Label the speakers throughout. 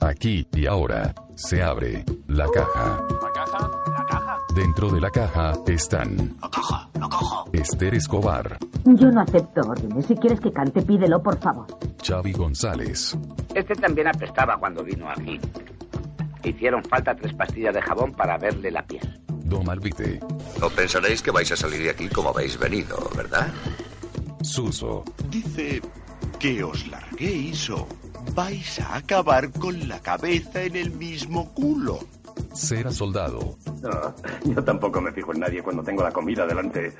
Speaker 1: Aquí y ahora se abre la caja.
Speaker 2: La caja, la caja,
Speaker 1: Dentro de la caja están
Speaker 2: la caja, la caja.
Speaker 1: Esther Escobar,
Speaker 3: Yo no acepto órdenes. Si quieres que cante, pídelo, por favor.
Speaker 1: Xavi González,
Speaker 4: Este también apestaba cuando vino aquí. Hicieron falta tres pastillas de jabón para verle la piel.
Speaker 1: Don Alvite,
Speaker 5: No pensaréis que vais a salir de aquí como habéis venido, ¿verdad?
Speaker 1: Suso,
Speaker 6: Dice que os larguéis o vais a acabar con la cabeza en el mismo culo.
Speaker 1: Cera Soldado
Speaker 7: No, yo tampoco me fijo en nadie cuando tengo la comida delante.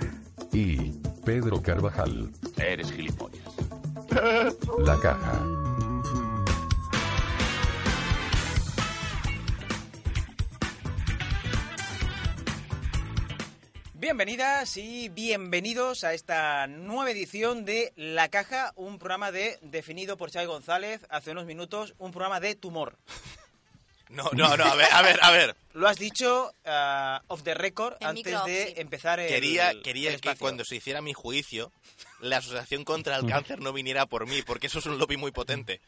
Speaker 1: y Pedro Carvajal.
Speaker 2: Eres gilipollas.
Speaker 1: La caja.
Speaker 8: Bienvenidas y bienvenidos a esta nueva edición de La Caja, un programa de definido por Xavi González hace unos minutos, un programa de tumor.
Speaker 9: No, no, no, a ver, a ver, a ver.
Speaker 8: Lo has dicho ah, off the record
Speaker 10: En
Speaker 8: antes
Speaker 10: micro,
Speaker 8: de
Speaker 10: sí.
Speaker 8: empezar el
Speaker 9: Quería,
Speaker 8: el
Speaker 9: quería que
Speaker 8: espacio.
Speaker 9: cuando se hiciera mi juicio, la Asociación contra el Cáncer no viniera por mí, porque eso es un lobby muy potente.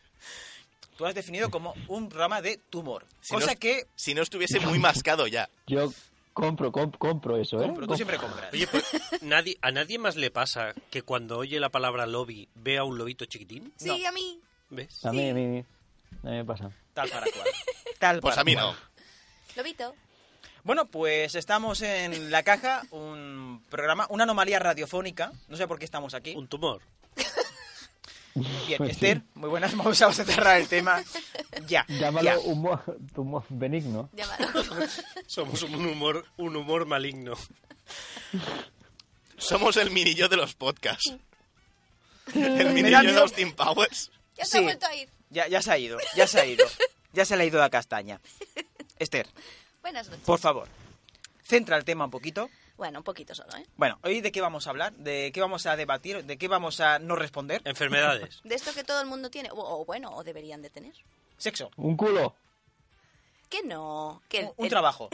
Speaker 8: Tú has definido como un programa de tumor.
Speaker 9: Si no
Speaker 8: cosa
Speaker 9: es-
Speaker 8: que...
Speaker 9: Si no estuviese muy mascado ya.
Speaker 11: Yo compro, comp- compro eso, ¿eh?
Speaker 8: Compro, tú siempre compras.
Speaker 12: Oye, pues nadie, a nadie más le pasa que cuando oye la palabra lobby vea un lobito chiquitín.
Speaker 10: Sí, a mí.
Speaker 12: ¿Ves?
Speaker 11: A mí, a mí, a mí me pasa.
Speaker 8: Tal para cual. Tal
Speaker 9: Pues
Speaker 8: para
Speaker 9: a mí
Speaker 8: cual.
Speaker 9: no.
Speaker 10: Lobito.
Speaker 8: Bueno, pues estamos en La Caja, un programa, una anomalía radiofónica. No sé por qué estamos aquí.
Speaker 12: Un tumor.
Speaker 8: Bien,
Speaker 11: Pues sí.
Speaker 8: Esther, muy buenas, vamos a cerrar el tema. Ya,
Speaker 11: Llámalo
Speaker 8: ya.
Speaker 11: humor, humor benigno.
Speaker 10: Llámalo.
Speaker 12: Somos un humor, un humor maligno.
Speaker 9: Somos el minillo de los podcasts. El
Speaker 8: da
Speaker 9: minillo de
Speaker 8: miedo.
Speaker 9: Austin Powers.
Speaker 10: Ya
Speaker 8: Sí.
Speaker 10: se ha vuelto a ir.
Speaker 8: Ya, ya se ha ido, ya se ha ido. Ya se le ha ido la castaña. Esther,
Speaker 10: Buenas noches.
Speaker 8: por favor, centra el tema un poquito.
Speaker 10: Bueno, un poquito solo, ¿eh?
Speaker 8: Bueno, ¿hoy de qué vamos a hablar? ¿De qué vamos a debatir? ¿De qué vamos a no responder?
Speaker 12: Eh, Enfermedades.
Speaker 10: De esto que todo el mundo tiene, o, o bueno, o deberían de tener.
Speaker 8: Sexo,
Speaker 11: Un culo.
Speaker 10: Que no. Que el-
Speaker 8: un, un
Speaker 10: el-
Speaker 8: trabajo.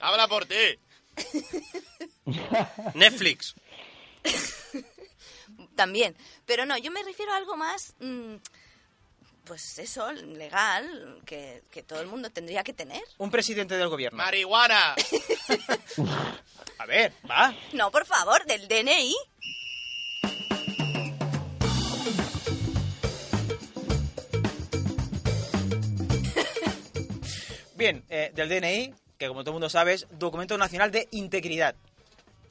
Speaker 9: Habla por ti.
Speaker 12: Netflix.
Speaker 10: También. Pero no, yo me refiero a algo más, mm, pues eso, legal, que, que todo el mundo tendría que tener.
Speaker 8: Un presidente del gobierno.
Speaker 9: Marihuana.
Speaker 8: A ver, va.
Speaker 10: No, por favor, del DNI.
Speaker 8: Bien, eh, del DNI, que como todo el mundo sabe es Documento Nacional de Integridad.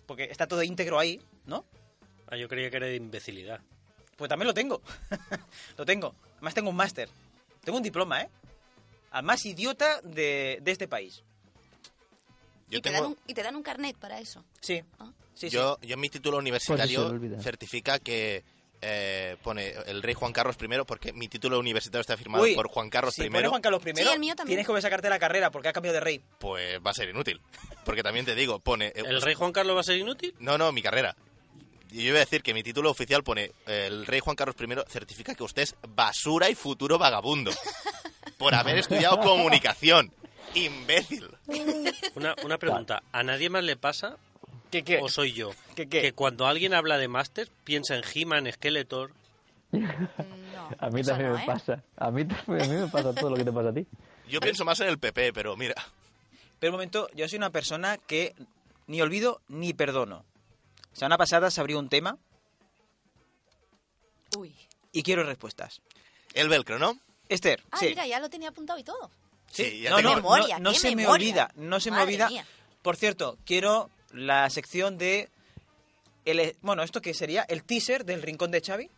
Speaker 8: Porque está todo íntegro ahí, ¿no?
Speaker 12: Ah, yo creía que era de imbecilidad.
Speaker 8: Pues también lo tengo. lo tengo. Además tengo un máster. Tengo un diploma, ¿eh? Al más idiota de, de este país.
Speaker 9: Yo
Speaker 10: y, te dan
Speaker 9: tengo.
Speaker 10: un, y te dan un carnet para eso.
Speaker 8: Sí.
Speaker 10: Ah.
Speaker 8: Sí, sí.
Speaker 9: Yo, yo en mi título
Speaker 11: Pues
Speaker 9: universitario
Speaker 11: eso, lo olvidé.
Speaker 9: certifica que eh, pone el rey Juan Carlos I, porque mi título universitario está firmado
Speaker 8: Uy,
Speaker 9: por Juan Carlos
Speaker 8: si
Speaker 9: I.
Speaker 8: pone Juan Carlos I.
Speaker 10: Sí, el mío también.
Speaker 8: Tienes que sacarte la carrera porque ha cambiado de rey.
Speaker 9: pues va a ser inútil. Porque también te digo, pone... eh,
Speaker 12: ¿El rey Juan Carlos va a ser inútil?
Speaker 9: No, no, mi carrera. Y Yo iba a decir que mi título oficial pone eh, el rey Juan Carlos I certifica que usted es basura y futuro vagabundo. Por haber estudiado comunicación. Imbécil.
Speaker 12: Una, una pregunta. ¿A nadie más le pasa
Speaker 8: ¿Qué qué?
Speaker 12: o soy yo?
Speaker 8: ¿Qué, qué?
Speaker 12: Que cuando alguien habla de máster piensa en He-Man, Skeletor...
Speaker 10: No.
Speaker 11: A mí
Speaker 10: eso
Speaker 11: también
Speaker 10: no,
Speaker 11: me
Speaker 10: ¿eh?
Speaker 11: pasa. A mí también a mí me pasa todo lo que te pasa a ti.
Speaker 9: Yo pienso más en el PP, pero mira.
Speaker 8: Pero un momento, yo soy una persona que ni olvido ni perdono. La semana pasada se abrió un tema
Speaker 10: Uy.
Speaker 8: y quiero respuestas.
Speaker 9: El velcro, ¿no?
Speaker 8: Esther,
Speaker 10: Ah,
Speaker 8: sí.
Speaker 10: mira, ya lo tenía apuntado y todo.
Speaker 9: Sí, ya
Speaker 8: no,
Speaker 9: tengo-
Speaker 8: no,
Speaker 10: memoria,
Speaker 8: no, no
Speaker 10: qué
Speaker 8: se me
Speaker 10: memoria.
Speaker 8: olvida, no se me
Speaker 10: Madre
Speaker 8: olvida.
Speaker 10: mía.
Speaker 8: Por cierto, quiero la sección de el, bueno, esto que sería el teaser del Rincón de Xavi.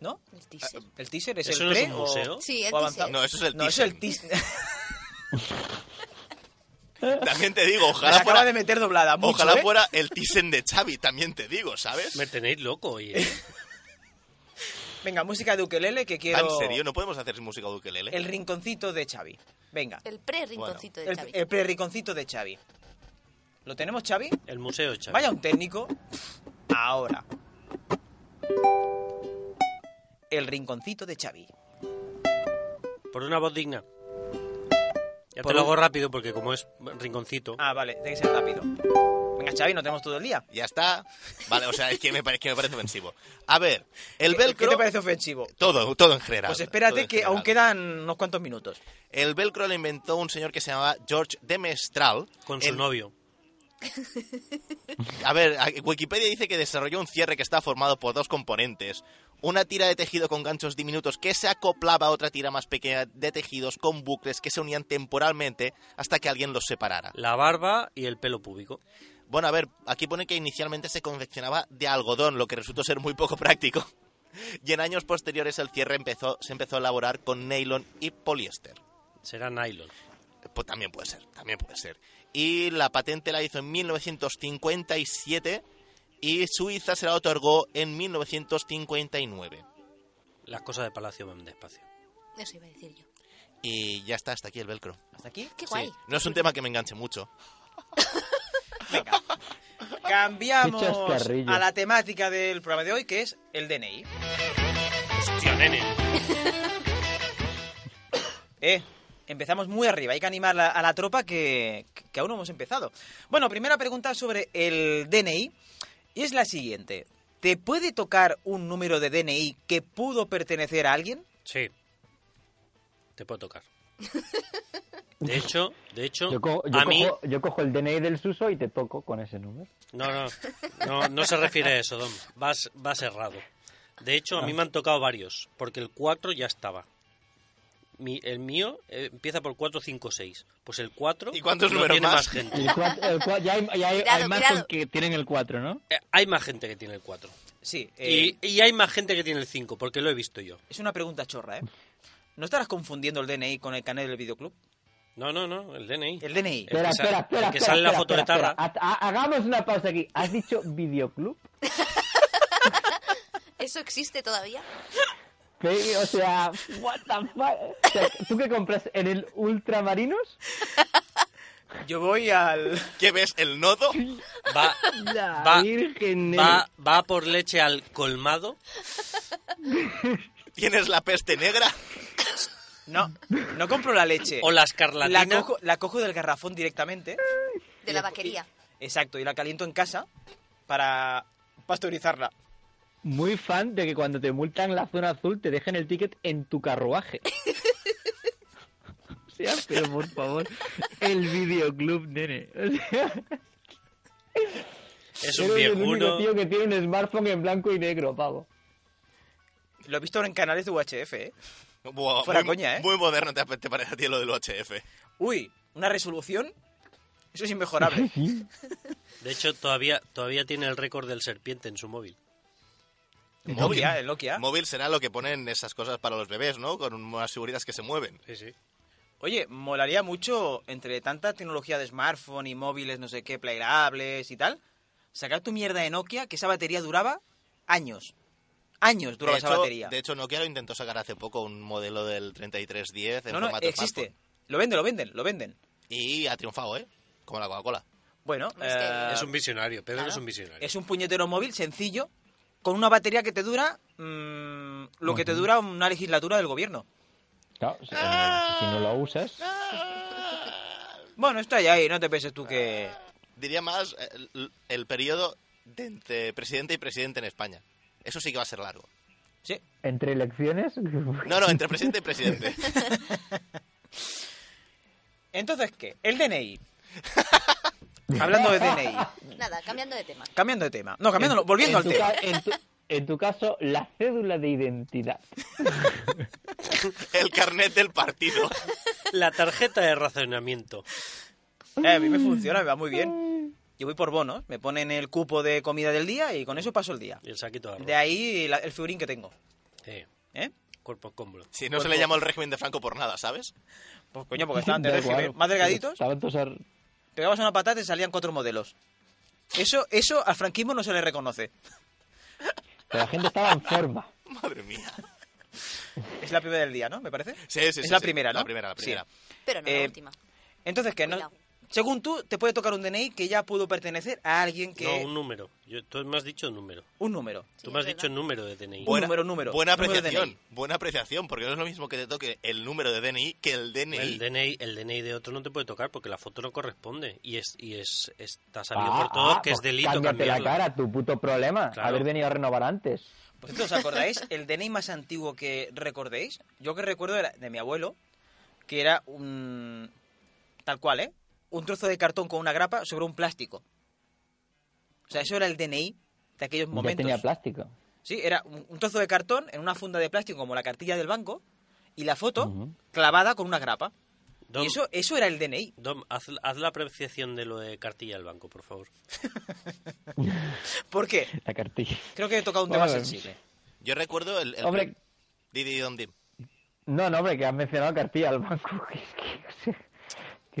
Speaker 8: ¿No? Ah,
Speaker 10: El teaser.
Speaker 8: El teaser es
Speaker 12: ¿Eso
Speaker 8: el
Speaker 12: no es
Speaker 8: pre
Speaker 12: un
Speaker 8: o-
Speaker 12: museo?
Speaker 10: Sí, el
Speaker 8: o avanzado.
Speaker 10: teaser.
Speaker 9: No, eso es el
Speaker 8: No, es
Speaker 9: teaser.
Speaker 8: el teaser.
Speaker 9: También te digo,
Speaker 8: Me la
Speaker 9: ojalá
Speaker 8: acaba
Speaker 9: fuera,
Speaker 8: de meter doblada, mucho,
Speaker 9: ojalá
Speaker 8: ¿eh?
Speaker 9: fuera el Thyssen de Xavi, también te digo, ¿sabes?
Speaker 12: Me tenéis loco, oye.
Speaker 8: Venga, música de ukelele que
Speaker 9: Ah,
Speaker 8: quiero
Speaker 9: En serio, no podemos hacer música de ukelele.
Speaker 8: el rinconcito de Xavi. Venga.
Speaker 10: El pre-rinconcito de
Speaker 8: El,
Speaker 10: Xavi.
Speaker 8: el pre-rinconcito de Xavi. ¿Lo tenemos, Xavi?
Speaker 12: El museo, chaval.
Speaker 8: Vaya un técnico. Ahora. El rinconcito de Xavi.
Speaker 12: Por una voz digna. Ya
Speaker 8: Por
Speaker 12: te lo
Speaker 8: un-
Speaker 12: hago rápido porque como es rinconcito...
Speaker 8: Ah, vale, tiene que ser rápido. Venga, Xavi, no tenemos todo el día.
Speaker 9: Ya está. Vale, o sea, es que me, pare- es que me parece ofensivo. A ver, el
Speaker 8: ¿Qué-
Speaker 9: velcro...
Speaker 8: ¿Qué te parece ofensivo?
Speaker 9: Todo, todo en general.
Speaker 8: Pues
Speaker 9: todo en
Speaker 8: espérate que
Speaker 9: general.
Speaker 8: aún quedan unos cuantos minutos.
Speaker 9: El velcro lo inventó un señor que se llamaba George de Mestral.
Speaker 12: Con su
Speaker 9: en-
Speaker 12: novio.
Speaker 9: A ver, a- Wikipedia dice que desarrolló un cierre que estaba formado por dos componentes. Una tira de tejido con ganchos diminutos que se acoplaba a otra tira más pequeña de tejidos con bucles que se unían temporalmente hasta que alguien los separara.
Speaker 12: La barba y el pelo púbico.
Speaker 9: Bueno, a ver, aquí pone que inicialmente se confeccionaba de algodón, lo que resultó ser muy poco práctico. Y en años posteriores el cierre empezó, se empezó a elaborar con nylon y poliéster.
Speaker 12: Será nylon.
Speaker 9: Pues también puede ser, también puede ser. Y la patente la hizo en 1957 y Suiza se la otorgó en 1959.
Speaker 12: Las cosas de Palacio van despacio.
Speaker 10: Eso iba a decir yo.
Speaker 9: Y ya está, hasta aquí el velcro.
Speaker 8: ¿Hasta aquí?
Speaker 10: Qué
Speaker 9: Sí,
Speaker 10: guay.
Speaker 9: no es un tema que me enganche mucho.
Speaker 8: Cambiamos
Speaker 9: Qué chascarrillo.
Speaker 8: a la temática del programa de hoy, que es el DNI.
Speaker 12: Hostia, nene.
Speaker 8: Eh, empezamos muy arriba, hay que animar la- a la tropa que, que aún no hemos empezado. Bueno, primera pregunta sobre el DNI y es la siguiente. ¿Te puede tocar un número de DNI que pudo pertenecer a alguien?
Speaker 12: Sí. Te puedo tocar. De hecho, de hecho,
Speaker 11: Yo, co- yo
Speaker 12: a mí...
Speaker 11: cojo, yo cojo el DNI del Suso y te toco con ese número.
Speaker 12: No, no, no, no se refiere a eso, Dom. Vas, vas errado. De hecho,
Speaker 11: Ah.
Speaker 12: a mí me han tocado varios, porque el 4 ya estaba. Mi- el mío eh, empieza por 4, 5, 6. Pues el 4
Speaker 9: ¿Y cuántos
Speaker 12: lo
Speaker 9: números
Speaker 12: tiene
Speaker 9: más?
Speaker 12: más gente.
Speaker 11: El cua- el cua- ya hay, ya hay-
Speaker 10: Mirado,
Speaker 11: hay más
Speaker 10: mirado.
Speaker 11: con que tienen el 4, ¿no?
Speaker 12: Eh, hay más gente que tiene el 4.
Speaker 8: Sí, eh,
Speaker 12: Y, y hay más gente que tiene el 5, porque lo he visto yo.
Speaker 8: es una pregunta chorra, ¿eh? ¿No estarás confundiendo el DNI con el canal del videoclub?
Speaker 12: No, no, no, el DNI.
Speaker 8: El DNI.
Speaker 12: El-
Speaker 11: Espera,
Speaker 12: que sale-
Speaker 11: espera, espera.
Speaker 12: el que
Speaker 11: espera,
Speaker 12: sale en la
Speaker 11: espera,
Speaker 12: foto de
Speaker 11: espera,
Speaker 12: Tarra.
Speaker 11: espera. Ha- ha- Hagamos una pausa aquí. ¿Has dicho videoclub?
Speaker 10: ¿Eso existe todavía?
Speaker 11: ¿Qué? O sea, what the fuck. O sea, ¿Tú qué compras en el Ultramarinos?
Speaker 8: Yo voy al...
Speaker 9: ¿Qué ves? ¿El nodo?
Speaker 12: Va,
Speaker 11: La
Speaker 12: Va-
Speaker 11: Virgen nene.
Speaker 12: va, va por leche al colmado.
Speaker 9: ¿Tienes la peste negra?
Speaker 8: No, no compro la leche.
Speaker 12: O la
Speaker 8: la
Speaker 12: escarlatina.
Speaker 8: cojo, la cojo del garrafón directamente.
Speaker 10: De
Speaker 8: Eh,
Speaker 10: la vaquería.
Speaker 8: Exacto, y la caliento en casa para pasteurizarla.
Speaker 11: Muy fan de que cuando te multan la zona azul te dejen el ticket en tu carruaje. o sea, pero por favor, el videoclub, nene. O sea,
Speaker 12: Es un
Speaker 11: eres el
Speaker 12: viejuno.
Speaker 11: único tío que tiene un smartphone en blanco y negro, pavo.
Speaker 8: Lo he visto en canales de UHF, ¿eh?
Speaker 9: Buah,
Speaker 8: Fuera
Speaker 9: muy,
Speaker 8: coña, ¿eh?
Speaker 9: muy moderno te, te parece a ti lo del UHF.
Speaker 8: Uy, una resolución. Eso es inmejorable.
Speaker 12: De hecho, todavía, todavía tiene el récord del serpiente en su móvil.
Speaker 8: El
Speaker 9: Móvil.
Speaker 8: Nokia, el Nokia.
Speaker 9: Móvil será lo que ponen esas cosas para los bebés, ¿no? Con unas seguridades que se mueven.
Speaker 12: Sí, sí.
Speaker 8: Oye, molaría mucho, entre tanta tecnología de smartphone y móviles, no sé qué, plegables y tal, sacar tu mierda de Nokia, que esa batería duraba años. Años duraba
Speaker 9: de,
Speaker 8: esa
Speaker 9: hecho,
Speaker 8: batería.
Speaker 9: de hecho, Nokia lo intentó sacar hace poco un modelo del 3310 en
Speaker 8: no, no,
Speaker 9: formato
Speaker 8: existe.
Speaker 9: smartphone.
Speaker 8: Lo venden, lo venden, lo venden.
Speaker 9: Y ha triunfado, ¿eh? Como la Coca-Cola.
Speaker 8: Bueno,
Speaker 10: Es que-
Speaker 8: eh,
Speaker 12: Es un visionario, Pedro
Speaker 10: Claro.
Speaker 12: es un visionario.
Speaker 8: es un puñetero móvil sencillo, con una batería que te dura mm, lo que te dura una legislatura del gobierno.
Speaker 11: Claro, si, no lo usas.
Speaker 8: Bueno, está ya ahí, no te pienses tú que...
Speaker 11: Ah.
Speaker 9: Diría más eh, el, el periodo de entre presidente y presidente en España. Eso sí que va a ser largo.
Speaker 8: Sí,
Speaker 11: ¿Entre elecciones?
Speaker 9: No, no, entre presidente y presidente.
Speaker 8: Entonces, ¿qué? El DNI. Hablando de DNI.
Speaker 10: Nada, cambiando de tema.
Speaker 8: Cambiando de tema. No, cambiándolo, volviendo al
Speaker 11: tu
Speaker 8: tema.
Speaker 11: ca- En tu, en tu caso, la cédula de identidad.
Speaker 9: el carnet del partido.
Speaker 12: La tarjeta de razonamiento.
Speaker 8: Eh, a mí me funciona, me va muy bien. Yo voy por bonos, me ponen el cupo de comida del día y con eso paso el día.
Speaker 12: Y el saquito de arroz.
Speaker 8: De ahí la- el figurín que tengo.
Speaker 12: Eh,
Speaker 8: ¿Eh?
Speaker 12: cuerpo escombro.
Speaker 9: Si no se le llamó el régimen de Franco por nada, ¿sabes?
Speaker 8: Pues coño, porque estaban de
Speaker 11: Da
Speaker 8: régimen.
Speaker 11: igual.
Speaker 8: Más delgaditos,
Speaker 11: Estaban todos ar-
Speaker 8: pegabas una patata y salían cuatro modelos. Eso, eso al franquismo no se le reconoce.
Speaker 11: Pero la gente estaba en forma.
Speaker 9: Madre mía.
Speaker 8: Es la primera del día, ¿no? ¿Me parece?
Speaker 9: Sí, sí, sí,
Speaker 8: Es la
Speaker 9: sí.
Speaker 8: primera, ¿no?
Speaker 9: La primera, la primera.
Speaker 8: Sí.
Speaker 10: Pero no
Speaker 8: Eh,
Speaker 10: la última.
Speaker 8: Entonces, que no...
Speaker 10: Cuidado.
Speaker 8: Según tú, te puede tocar un DNI que ya pudo pertenecer a alguien que...
Speaker 12: No, un número. Yo- tú me has dicho un número.
Speaker 8: Un número.
Speaker 12: Tú me has dicho el número de DNI.
Speaker 8: Un número, un número.
Speaker 9: Buena
Speaker 8: Número de
Speaker 9: apreciación,
Speaker 8: DNI.
Speaker 9: buena apreciación, porque no es lo mismo que te toque el número de DNI que el DNI.
Speaker 12: El DNI, el DNI de otro no te puede tocar porque la foto no corresponde y es y es está sabido
Speaker 11: Ah,
Speaker 12: por todos
Speaker 11: ah,
Speaker 12: que es
Speaker 11: pues
Speaker 12: delito
Speaker 11: cámbiate
Speaker 12: cambiarla.
Speaker 11: la cara, tu puto problema.
Speaker 12: Claro.
Speaker 11: Haber venido a renovar antes.
Speaker 8: Por cierto, Pues ¿os acordáis el DNI más antiguo que recordéis? Yo que recuerdo era de mi abuelo, que era un... Tal cual, ¿eh? Un trozo de cartón con una grapa sobre un plástico. O sea, eso era el DNI de aquellos
Speaker 11: Ya
Speaker 8: momentos.
Speaker 11: tenía plástico.
Speaker 8: Sí, era un un trozo de cartón en una funda de plástico como la cartilla del banco y la foto clavada con una grapa.
Speaker 12: Dom,
Speaker 8: Y eso, eso era el DNI.
Speaker 12: Dom, haz, haz la apreciación de lo de cartilla del banco, por favor.
Speaker 8: ¿Por qué?
Speaker 11: La cartilla.
Speaker 8: Creo que he tocado un tema sensible.
Speaker 9: Yo recuerdo el... el-
Speaker 11: Hombre.
Speaker 9: Di, di, dom, di.
Speaker 11: No, no, hombre, que has mencionado cartilla al banco. que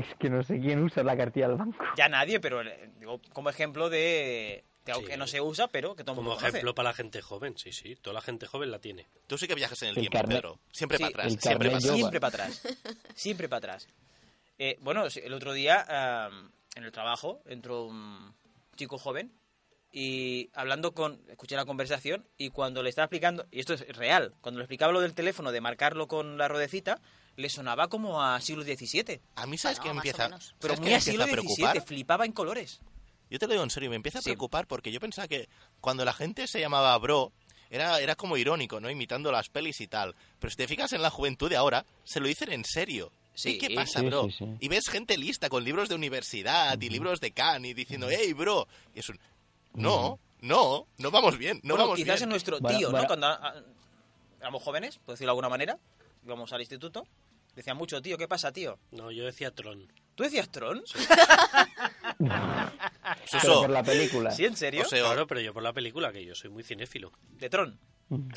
Speaker 11: Es que, no sé, que es que no sé quién usa la cartilla al banco.
Speaker 8: Ya nadie, pero eh, digo, como ejemplo de, de algo
Speaker 12: Sí.
Speaker 8: que no se usa, pero que todo el
Speaker 12: Como
Speaker 8: mundo conoce.
Speaker 12: ejemplo para la gente joven, sí, sí. Toda la gente joven la tiene.
Speaker 9: Tú sí que viajas en el,
Speaker 11: El
Speaker 9: tiempo,
Speaker 11: carnet.
Speaker 9: Pedro. Siempre
Speaker 8: Sí,
Speaker 9: para atrás,
Speaker 11: el
Speaker 9: siempre para
Speaker 11: carnet
Speaker 9: atrás.
Speaker 11: yo-
Speaker 8: Siempre para atrás. Siempre para atrás. Eh, bueno, sí, el otro día am, en el trabajo entró un chico joven y hablando con. Escuché la conversación y cuando le estaba explicando. Y esto es real. Cuando le explicaba lo del teléfono de marcarlo con la ruedecita, le sonaba como a siglo XVII.
Speaker 9: A mí,
Speaker 8: Ah,
Speaker 9: ¿sabes
Speaker 10: Bueno,
Speaker 9: qué me
Speaker 10: más o
Speaker 9: empieza,
Speaker 10: menos.
Speaker 8: Pero
Speaker 9: ¿sabes
Speaker 8: muy
Speaker 9: qué me
Speaker 8: a
Speaker 9: empieza
Speaker 8: siglo
Speaker 9: a
Speaker 8: XVII,
Speaker 9: preocupar?
Speaker 8: flipaba en colores.
Speaker 9: Yo te lo digo en serio, me empieza a
Speaker 8: Sí.
Speaker 9: preocupar porque yo pensaba que cuando la gente se llamaba bro, era, era como irónico, ¿no? Imitando las pelis y tal. Pero si te fijas en la juventud de ahora, se lo dicen en serio.
Speaker 8: Sí.
Speaker 9: ¿Y qué pasa,
Speaker 11: Sí,
Speaker 9: bro?
Speaker 11: sí, sí.
Speaker 9: Y ves gente lista con libros de universidad y libros de can y diciendo, hey, bro. Y es un, no, no, no vamos bien, no
Speaker 8: Bueno,
Speaker 9: vamos
Speaker 8: quizás
Speaker 9: bien.
Speaker 8: en nuestro
Speaker 11: Bueno,
Speaker 8: tío, ¿no?
Speaker 11: bueno.
Speaker 8: Cuando ah, éramos jóvenes, por decirlo de alguna manera, íbamos al instituto, decían mucho, tío, ¿qué pasa, tío?
Speaker 12: No, yo decía Tron.
Speaker 8: ¿Tú decías Tron?
Speaker 11: Pero
Speaker 9: Suso,
Speaker 11: por la película.
Speaker 8: ¿Sí, en serio?
Speaker 9: o sea,
Speaker 12: Claro, pero yo por la película, que yo soy muy cinéfilo.
Speaker 8: De Tron.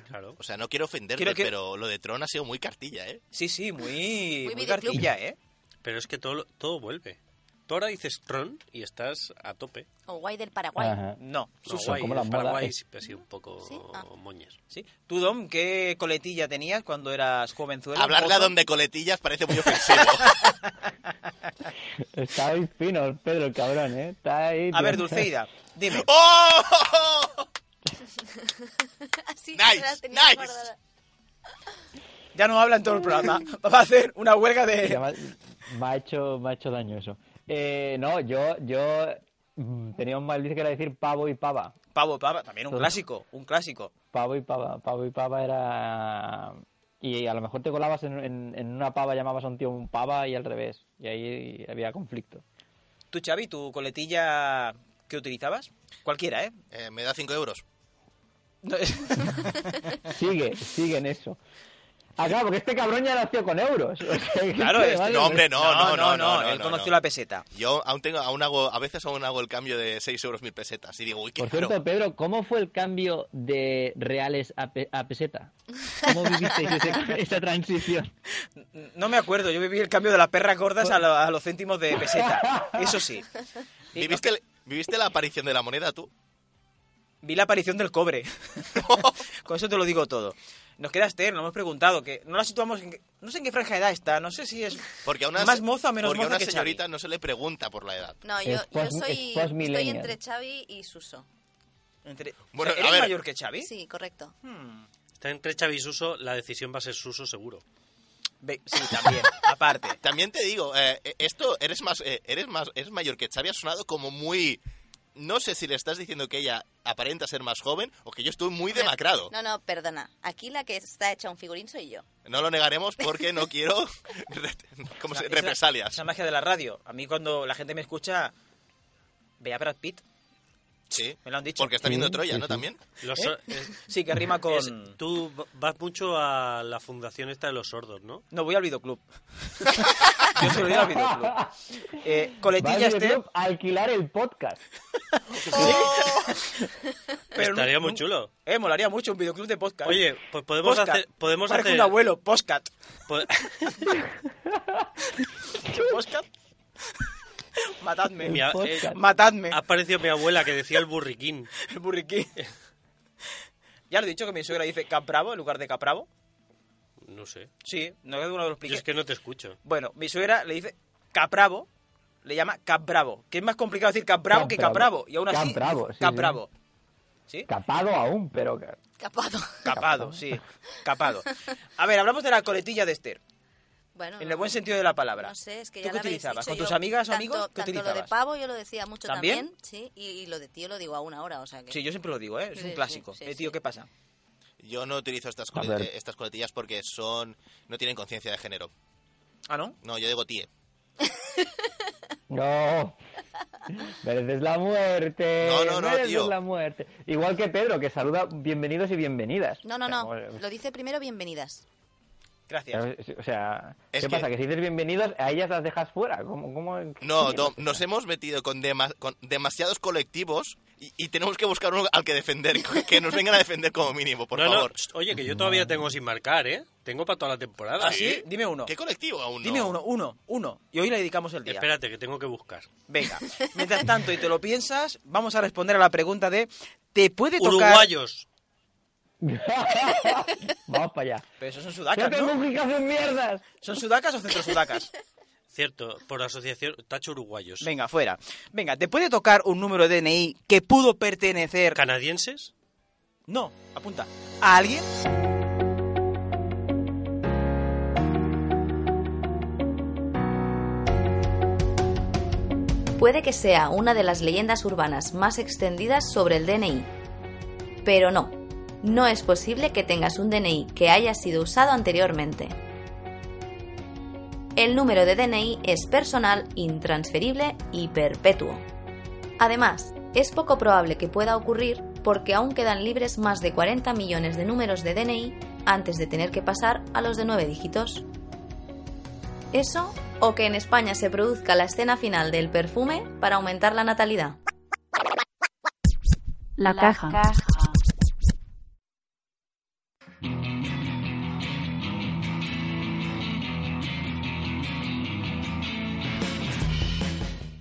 Speaker 12: Claro.
Speaker 9: o sea, no quiero ofenderte,
Speaker 8: Creo que-
Speaker 9: pero lo de Tron ha sido muy cartilla, ¿eh?
Speaker 8: Sí, sí, muy, muy,
Speaker 10: videoclub.
Speaker 8: cartilla, ¿eh?
Speaker 12: Pero es que todo, lo- todo vuelve. Tú ahora dices Tron y estás a tope.
Speaker 10: O guay del Paraguay.
Speaker 11: Ajá.
Speaker 8: No.
Speaker 12: No,
Speaker 11: Suso,
Speaker 12: guay,
Speaker 11: ¿cómo la moda
Speaker 12: Paraguay
Speaker 11: es?
Speaker 12: siempre ha sido un poco
Speaker 10: Sí, ah.
Speaker 12: moñas.
Speaker 8: ¿Sí? ¿Tú, Dom, qué coletilla tenías cuando eras jovenzuelo?
Speaker 9: Hablarle a
Speaker 8: Mozo.
Speaker 9: donde coletillas parece muy ofensivo.
Speaker 11: Está ahí fino el Pedro, el cabrón, ¿eh? Está ahí.
Speaker 8: A ver,
Speaker 11: tío.
Speaker 8: Dulceida, dime.
Speaker 9: ¡Oh!
Speaker 10: Así
Speaker 9: Nice,
Speaker 10: se las tenía
Speaker 9: nice.
Speaker 10: guardada.
Speaker 8: Ya no habla en todo el programa. Va a hacer una
Speaker 11: Ya
Speaker 8: huelga de...
Speaker 11: me, ha- me ha hecho, me ha hecho daño eso. Eh, no, yo, yo mm, tenía un mal vicio que era decir pavo y pava.
Speaker 8: Pavo, pava. También un clásico, un clásico.
Speaker 11: Pavo y pava, pavo y pava era... Y a lo mejor te colabas en, en- en una pava, llamabas a un tío un pava y al revés. Y ahí había conflicto.
Speaker 8: ¿Tú, Xavi, tu coletilla que utilizabas? Cualquiera, ¿eh?
Speaker 9: Eh, me da 5 euros.
Speaker 8: No, es-
Speaker 11: Sigue, sigue en eso. Acá, porque este cabrón ya nació con euros. O sea, que
Speaker 8: Claro,
Speaker 11: este
Speaker 8: este-
Speaker 11: vale,
Speaker 9: No, hombre, no, no, no, no. no,
Speaker 8: él
Speaker 9: no,
Speaker 8: conoció
Speaker 9: no.
Speaker 8: la peseta.
Speaker 9: Yo aún tengo, aún hago, a veces aún hago el cambio de 6 euros mil pesetas. Y digo, uy, qué
Speaker 11: Por
Speaker 9: caro.
Speaker 11: cierto, Pedro, ¿cómo fue el cambio de reales a, pe- a peseta? ¿Cómo vivisteis ese- esa transición?
Speaker 8: No me acuerdo, yo viví el cambio de las perras gordas a, lo- a los céntimos de peseta. Eso sí. Y-
Speaker 9: ¿Viviste, el- ¿Viviste la aparición de la moneda tú?
Speaker 8: Vi la aparición del cobre. Con eso te lo digo todo. Nos queda Esther, nos hemos preguntado, que no la situamos en... No sé en qué franja de edad está, no sé si es
Speaker 9: Porque a una,
Speaker 8: más moza o menos
Speaker 9: porque a
Speaker 8: moza
Speaker 9: una
Speaker 8: que Xavi.
Speaker 9: señorita no se le pregunta por la edad.
Speaker 10: No, yo,
Speaker 11: Es
Speaker 10: yo
Speaker 11: post-
Speaker 10: soy,
Speaker 11: es post
Speaker 10: estoy
Speaker 11: millennial.
Speaker 10: entre Xavi y Suso.
Speaker 8: Entre-
Speaker 9: Bueno,
Speaker 8: o sea,
Speaker 9: a
Speaker 8: ¿Eres
Speaker 9: ver.
Speaker 8: mayor que Xavi?
Speaker 10: Sí, correcto.
Speaker 12: Está entre Xavi y Suso, la decisión va a ser Suso seguro.
Speaker 8: Ve- sí, también, aparte.
Speaker 9: También te digo, eh, esto eres más, eh, eres más, eres mayor que Xavi ha sonado como muy. No sé si le estás diciendo que ella aparenta ser más joven o que yo estoy muy demacrado.
Speaker 10: No, no, perdona. Aquí la que está hecha un figurín soy yo.
Speaker 9: No lo negaremos porque no quiero re- ¿cómo se-
Speaker 8: Es la-
Speaker 9: represalias.
Speaker 8: Esa magia de la radio. A mí cuando la gente me escucha... Ve a Brad Pitt.
Speaker 9: Sí,
Speaker 8: Me lo han dicho.
Speaker 9: porque está viendo
Speaker 11: Sí,
Speaker 9: Troya,
Speaker 11: sí,
Speaker 9: ¿no?
Speaker 11: sí.
Speaker 9: También.
Speaker 12: Los,
Speaker 8: ¿Eh?
Speaker 12: es-
Speaker 8: Sí, que rima con...
Speaker 12: es- tú va- vas mucho a la fundación esta de los sordos, ¿no?
Speaker 8: No, voy al videoclub. Yo solo voy al videoclub. Eh, coletilla
Speaker 11: Vas
Speaker 8: Esther,
Speaker 11: a alquilar el podcast.
Speaker 8: pero...
Speaker 12: Estaría
Speaker 8: nu-
Speaker 12: muy
Speaker 8: nu-
Speaker 12: chulo.
Speaker 8: Eh, molaría mucho un videoclub de podcast.
Speaker 12: Oye, pues podemos
Speaker 8: Podcast.
Speaker 12: hacer... Podemos
Speaker 8: Parece
Speaker 12: hacer
Speaker 8: un abuelo, podcast.
Speaker 12: po-
Speaker 8: ¿Podcast? Matadme.
Speaker 12: mi a-
Speaker 11: podcast.
Speaker 12: eh,
Speaker 8: Matadme.
Speaker 12: ha aparecido mi abuela que decía el burriquín.
Speaker 8: El burriquí. ya lo he dicho que mi suegra dice Capravo en lugar de Capravo.
Speaker 12: No sé.
Speaker 8: Sí, no es uno de los
Speaker 12: Yo es que no te escucho.
Speaker 8: Bueno, mi suegra le dice Capravo le llama Capbravo, que es más complicado decir Capbravo que Capbravo, y aún así
Speaker 11: Capbravo, sí, sí.
Speaker 8: Capbravo. ¿Sí?
Speaker 11: Capado aún, pero... que-
Speaker 10: Capado.
Speaker 8: Capado, sí, capado. A ver, hablamos de la coletilla de Esther,
Speaker 10: Bueno,
Speaker 8: en el buen sentido de la palabra.
Speaker 10: no sé, es que
Speaker 8: ¿Tú
Speaker 10: ya
Speaker 8: qué
Speaker 10: la habéis
Speaker 8: utilizabas?
Speaker 10: dicho
Speaker 8: ¿Con tus
Speaker 10: yo.
Speaker 8: amigas o
Speaker 10: Tanto-
Speaker 8: amigos? ¿Qué
Speaker 10: Tanto lo de
Speaker 8: utilizabas?
Speaker 10: pavo yo lo decía mucho
Speaker 8: ¿También?
Speaker 10: también, sí, y, y lo de tío lo digo aún ahora, o sea que...
Speaker 8: Sí, yo siempre lo digo, ¿eh? es
Speaker 10: Sí,
Speaker 8: un
Speaker 10: sí,
Speaker 8: clásico.
Speaker 10: sí,
Speaker 8: Eh, tío, ¿qué pasa?
Speaker 9: Yo no utilizo estas,
Speaker 8: A
Speaker 9: cole-
Speaker 8: ver.
Speaker 9: eh, estas coletillas porque son no tienen conciencia de género.
Speaker 8: ¿Ah, no?
Speaker 9: No, yo digo tíe.
Speaker 11: No. Mereces la muerte.
Speaker 9: No, no, no,
Speaker 11: mereces
Speaker 9: tío.
Speaker 11: la muerte. Igual que Pedro, que saluda bienvenidos y bienvenidas.
Speaker 10: No, no, no,
Speaker 11: Pero,
Speaker 10: lo dice primero bienvenidas.
Speaker 8: Gracias.
Speaker 11: O sea,
Speaker 9: Es
Speaker 11: ¿qué
Speaker 9: que-
Speaker 11: pasa? Que si dices bienvenidos, a ellas las dejas fuera. ¿Cómo, cómo-
Speaker 9: No,
Speaker 11: qué?
Speaker 9: Dom, nos hemos metido con, dema- con demasiados colectivos y, y tenemos que buscar uno al que defender, que nos vengan a defender como mínimo, por
Speaker 12: No, no,
Speaker 9: favor.
Speaker 12: pst, oye, que yo todavía tengo sin marcar, ¿eh? Tengo para toda la temporada.
Speaker 9: ¿Ah, sí?
Speaker 8: Dime uno.
Speaker 9: ¿Qué colectivo aún no?
Speaker 8: Dime uno, uno, uno. Y hoy le dedicamos el día.
Speaker 12: Espérate, que tengo que buscar.
Speaker 8: Venga, mientras tanto y te lo piensas, vamos a responder a la pregunta de ¿te puede tocar...?
Speaker 12: Uruguayos.
Speaker 11: Vamos para allá.
Speaker 8: Pero esos son sudacas,
Speaker 11: ¡Vete,
Speaker 8: ¿no?
Speaker 11: música, hacen mierdas!
Speaker 8: ¿Son sudacas o centro sudacas?
Speaker 12: Cierto, por asociación Tacho Uruguayos.
Speaker 8: Venga, fuera. Venga, ¿te puede tocar un número de DNI que pudo pertenecer...
Speaker 12: ¿Canadienses?
Speaker 8: No, apunta. ¿A alguien?
Speaker 10: Puede que sea una de las leyendas urbanas más extendidas sobre el DNI. Pero no, no es posible que tengas un DNI que haya sido usado anteriormente. El número de DNI es personal, intransferible y perpetuo. Además, es poco probable que pueda ocurrir porque aún quedan libres más de 40 millones de números de DNI antes de tener que pasar a los de 9 dígitos. Eso o que en España se produzca la escena final del perfume para aumentar la natalidad.
Speaker 13: La, caja.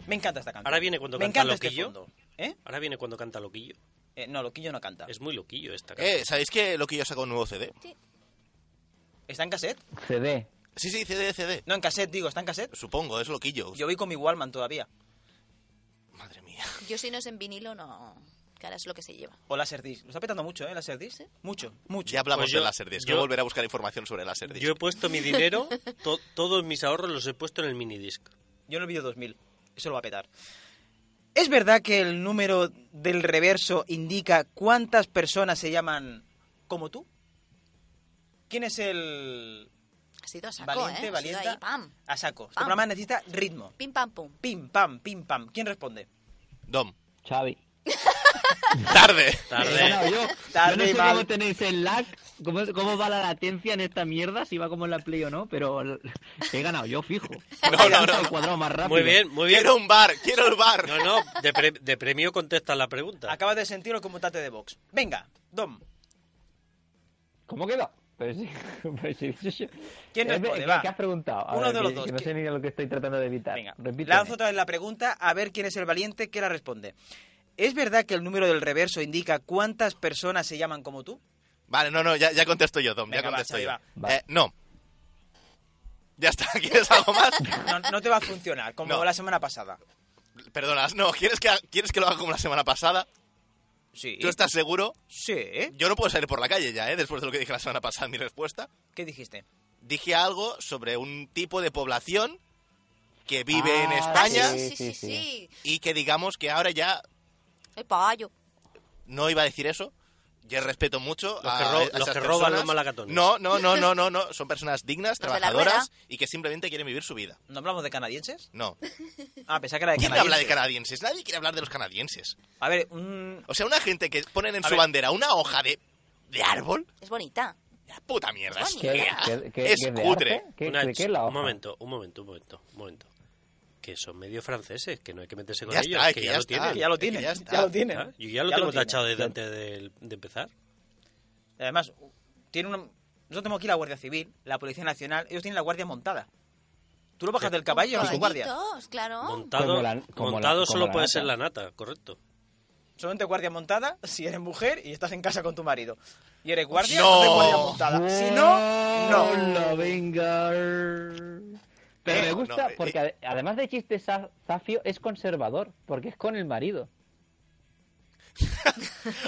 Speaker 8: Me encanta esta canción.
Speaker 12: Ahora viene cuando
Speaker 8: Me
Speaker 12: canta
Speaker 8: encanta este
Speaker 12: Loquillo.
Speaker 8: fondo. ¿Eh?
Speaker 12: Ahora viene cuando canta Loquillo.
Speaker 8: Eh, no, Loquillo no canta.
Speaker 12: Es muy loquillo esta canción.
Speaker 9: Eh, ¿sabéis que Loquillo sacó un nuevo CD?
Speaker 8: ¿Está en cassette?
Speaker 11: CD.
Speaker 9: Sí, sí, CD, CD.
Speaker 8: No, en cassette, digo, ¿está en cassette?
Speaker 9: Supongo, es Loquillo.
Speaker 8: Yo voy con mi Wallman todavía.
Speaker 10: Yo si no es en vinilo, no. Que ahora es lo que se lleva.
Speaker 8: O Laser Disc. Lo está petando mucho, ¿eh? Laser Disc. Mucho. Mucho.
Speaker 9: Ya hablamos
Speaker 12: Pues yo-
Speaker 9: de Laserdisc. Yo,
Speaker 12: yo-
Speaker 9: volveré a buscar información sobre Laserdisc.
Speaker 12: Yo he puesto mi dinero, to- todos mis ahorros los he puesto en el minidisc.
Speaker 8: Yo en el vídeo 2000. Eso lo va a petar. ¿Es verdad que el número del reverso indica cuántas personas se llaman como tú? ¿Quién es el
Speaker 10: Ha sido a saco,
Speaker 8: valiente,
Speaker 10: ¿eh? Ha sido
Speaker 8: valienta?
Speaker 10: ahí, pam.
Speaker 8: A saco. Este
Speaker 10: Pam.
Speaker 8: programa necesita ritmo.
Speaker 10: Pim, pam, pum.
Speaker 8: Pim, pam, pim, pam. ¿Quién responde?
Speaker 9: Dom.
Speaker 11: Xavi.
Speaker 9: ¡Tarde!
Speaker 11: He ganado yo.
Speaker 8: Tarde
Speaker 11: Yo no
Speaker 8: y
Speaker 11: sé
Speaker 8: mal.
Speaker 11: cómo tenéis el lag, cómo, cómo va la latencia en esta mierda, si va como en la play o no, pero l- he ganado yo, fijo.
Speaker 9: No, no, no.
Speaker 11: Al cuadrado más rápido.
Speaker 12: Muy bien, muy bien.
Speaker 9: Quiero un bar, quiero el bar.
Speaker 12: No, no, de, pre- de premio contestas la pregunta.
Speaker 8: Acabas de sentir el combate de box. Venga, Dom.
Speaker 11: ¿Cómo quedó? Pero sí, pero sí, sí, sí.
Speaker 8: ¿Quién
Speaker 11: Eh,
Speaker 8: responde?
Speaker 11: ¿qué-
Speaker 8: Va.
Speaker 11: ¿Qué has preguntado? A
Speaker 8: Uno
Speaker 11: ver,
Speaker 8: de los
Speaker 11: que-
Speaker 8: dos.
Speaker 11: que no sé ni lo que estoy tratando de evitar.
Speaker 8: Venga,
Speaker 11: Repíteme.
Speaker 8: lanzo otra vez la pregunta a ver quién es el valiente que la responde. ¿Es verdad que el número del reverso indica cuántas personas se llaman como tú?
Speaker 9: Vale, no, no, ya, ya contesto yo, Dom,
Speaker 8: Venga,
Speaker 9: ya
Speaker 8: va,
Speaker 9: contesto
Speaker 8: Xavi,
Speaker 9: yo.
Speaker 8: va.
Speaker 11: Va.
Speaker 9: Eh, no. Ya está, ¿quieres algo más?
Speaker 8: No, no te va a funcionar, como
Speaker 9: No.
Speaker 8: la semana pasada.
Speaker 9: Perdonas, no, ¿quieres que, ha- ¿quieres que lo haga como la semana pasada?
Speaker 8: Sí.
Speaker 9: ¿Tú estás seguro?
Speaker 8: Sí.
Speaker 9: Yo no puedo salir por la calle ya, ¿eh? Después de lo que dije la semana pasada, en mi respuesta.
Speaker 8: ¿Qué dijiste?
Speaker 9: Dije algo sobre un tipo de población que vive en
Speaker 11: Ah,
Speaker 9: España
Speaker 10: Sí, sí, sí, sí.
Speaker 9: y que digamos que ahora ya
Speaker 10: El payo.
Speaker 9: no iba a decir eso. Yo respeto mucho
Speaker 12: Los
Speaker 9: a,
Speaker 12: que ro-
Speaker 9: a
Speaker 12: los
Speaker 9: esas
Speaker 12: que roban los
Speaker 9: personas.
Speaker 12: malacatones.
Speaker 9: No, no, no, no, no, no. Son personas dignas,
Speaker 10: Los de la rueda.
Speaker 9: trabajadoras y que simplemente quieren vivir su vida.
Speaker 8: ¿No hablamos de canadienses?
Speaker 9: No.
Speaker 8: Ah, pensaba que era de
Speaker 9: ¿Quién
Speaker 8: canadienses.
Speaker 9: habla de canadienses? Nadie quiere hablar de los canadienses.
Speaker 8: A ver, mm,
Speaker 9: O sea, una gente que ponen en
Speaker 8: A
Speaker 9: su
Speaker 8: ver.
Speaker 9: bandera una hoja de, de árbol.
Speaker 10: Es bonita.
Speaker 9: La puta mierda. Es,
Speaker 11: ¿Qué,
Speaker 9: fea.
Speaker 11: qué- qué-
Speaker 9: es
Speaker 11: qué de
Speaker 9: cutre.
Speaker 11: arte? ¿Qué,
Speaker 12: Una-
Speaker 11: qué- qué es la hoja?
Speaker 12: Un momento, un momento, un momento, un momento. Que son medio franceses, que no hay que meterse con
Speaker 9: Ya
Speaker 12: ellos,
Speaker 9: está,
Speaker 12: que,
Speaker 9: que
Speaker 12: ya,
Speaker 9: ya
Speaker 12: lo
Speaker 9: está.
Speaker 12: tienen.
Speaker 8: que ya lo
Speaker 9: Ah, es que
Speaker 8: tienen.
Speaker 9: ya
Speaker 8: Ya,
Speaker 9: está.
Speaker 8: lo tienen.
Speaker 12: Ah, Yo ya lo
Speaker 8: Ya
Speaker 12: tengo
Speaker 8: tienen.
Speaker 12: tachado desde antes de, de empezar.
Speaker 8: Y Además, tiene una... nosotros tenemos aquí la Guardia Civil, la Policía Nacional, ellos tienen la Guardia montada. Tú lo bajas del caballo a su guardia.
Speaker 10: Caballitos, claro.
Speaker 12: Montado,
Speaker 11: Como la- como la-
Speaker 12: montado
Speaker 11: como
Speaker 12: solo
Speaker 11: la
Speaker 12: puede
Speaker 11: nata.
Speaker 12: ser la nata, correcto.
Speaker 8: Solamente guardia montada si eres mujer y estás en casa con tu marido. Y eres guardia,
Speaker 9: No.
Speaker 8: entonces guardia montada. Si no, no.
Speaker 11: Hola, venga. Pero
Speaker 8: Eh,
Speaker 11: me gusta porque ade- además de chiste sa- zafio, es conservador, porque es con el marido.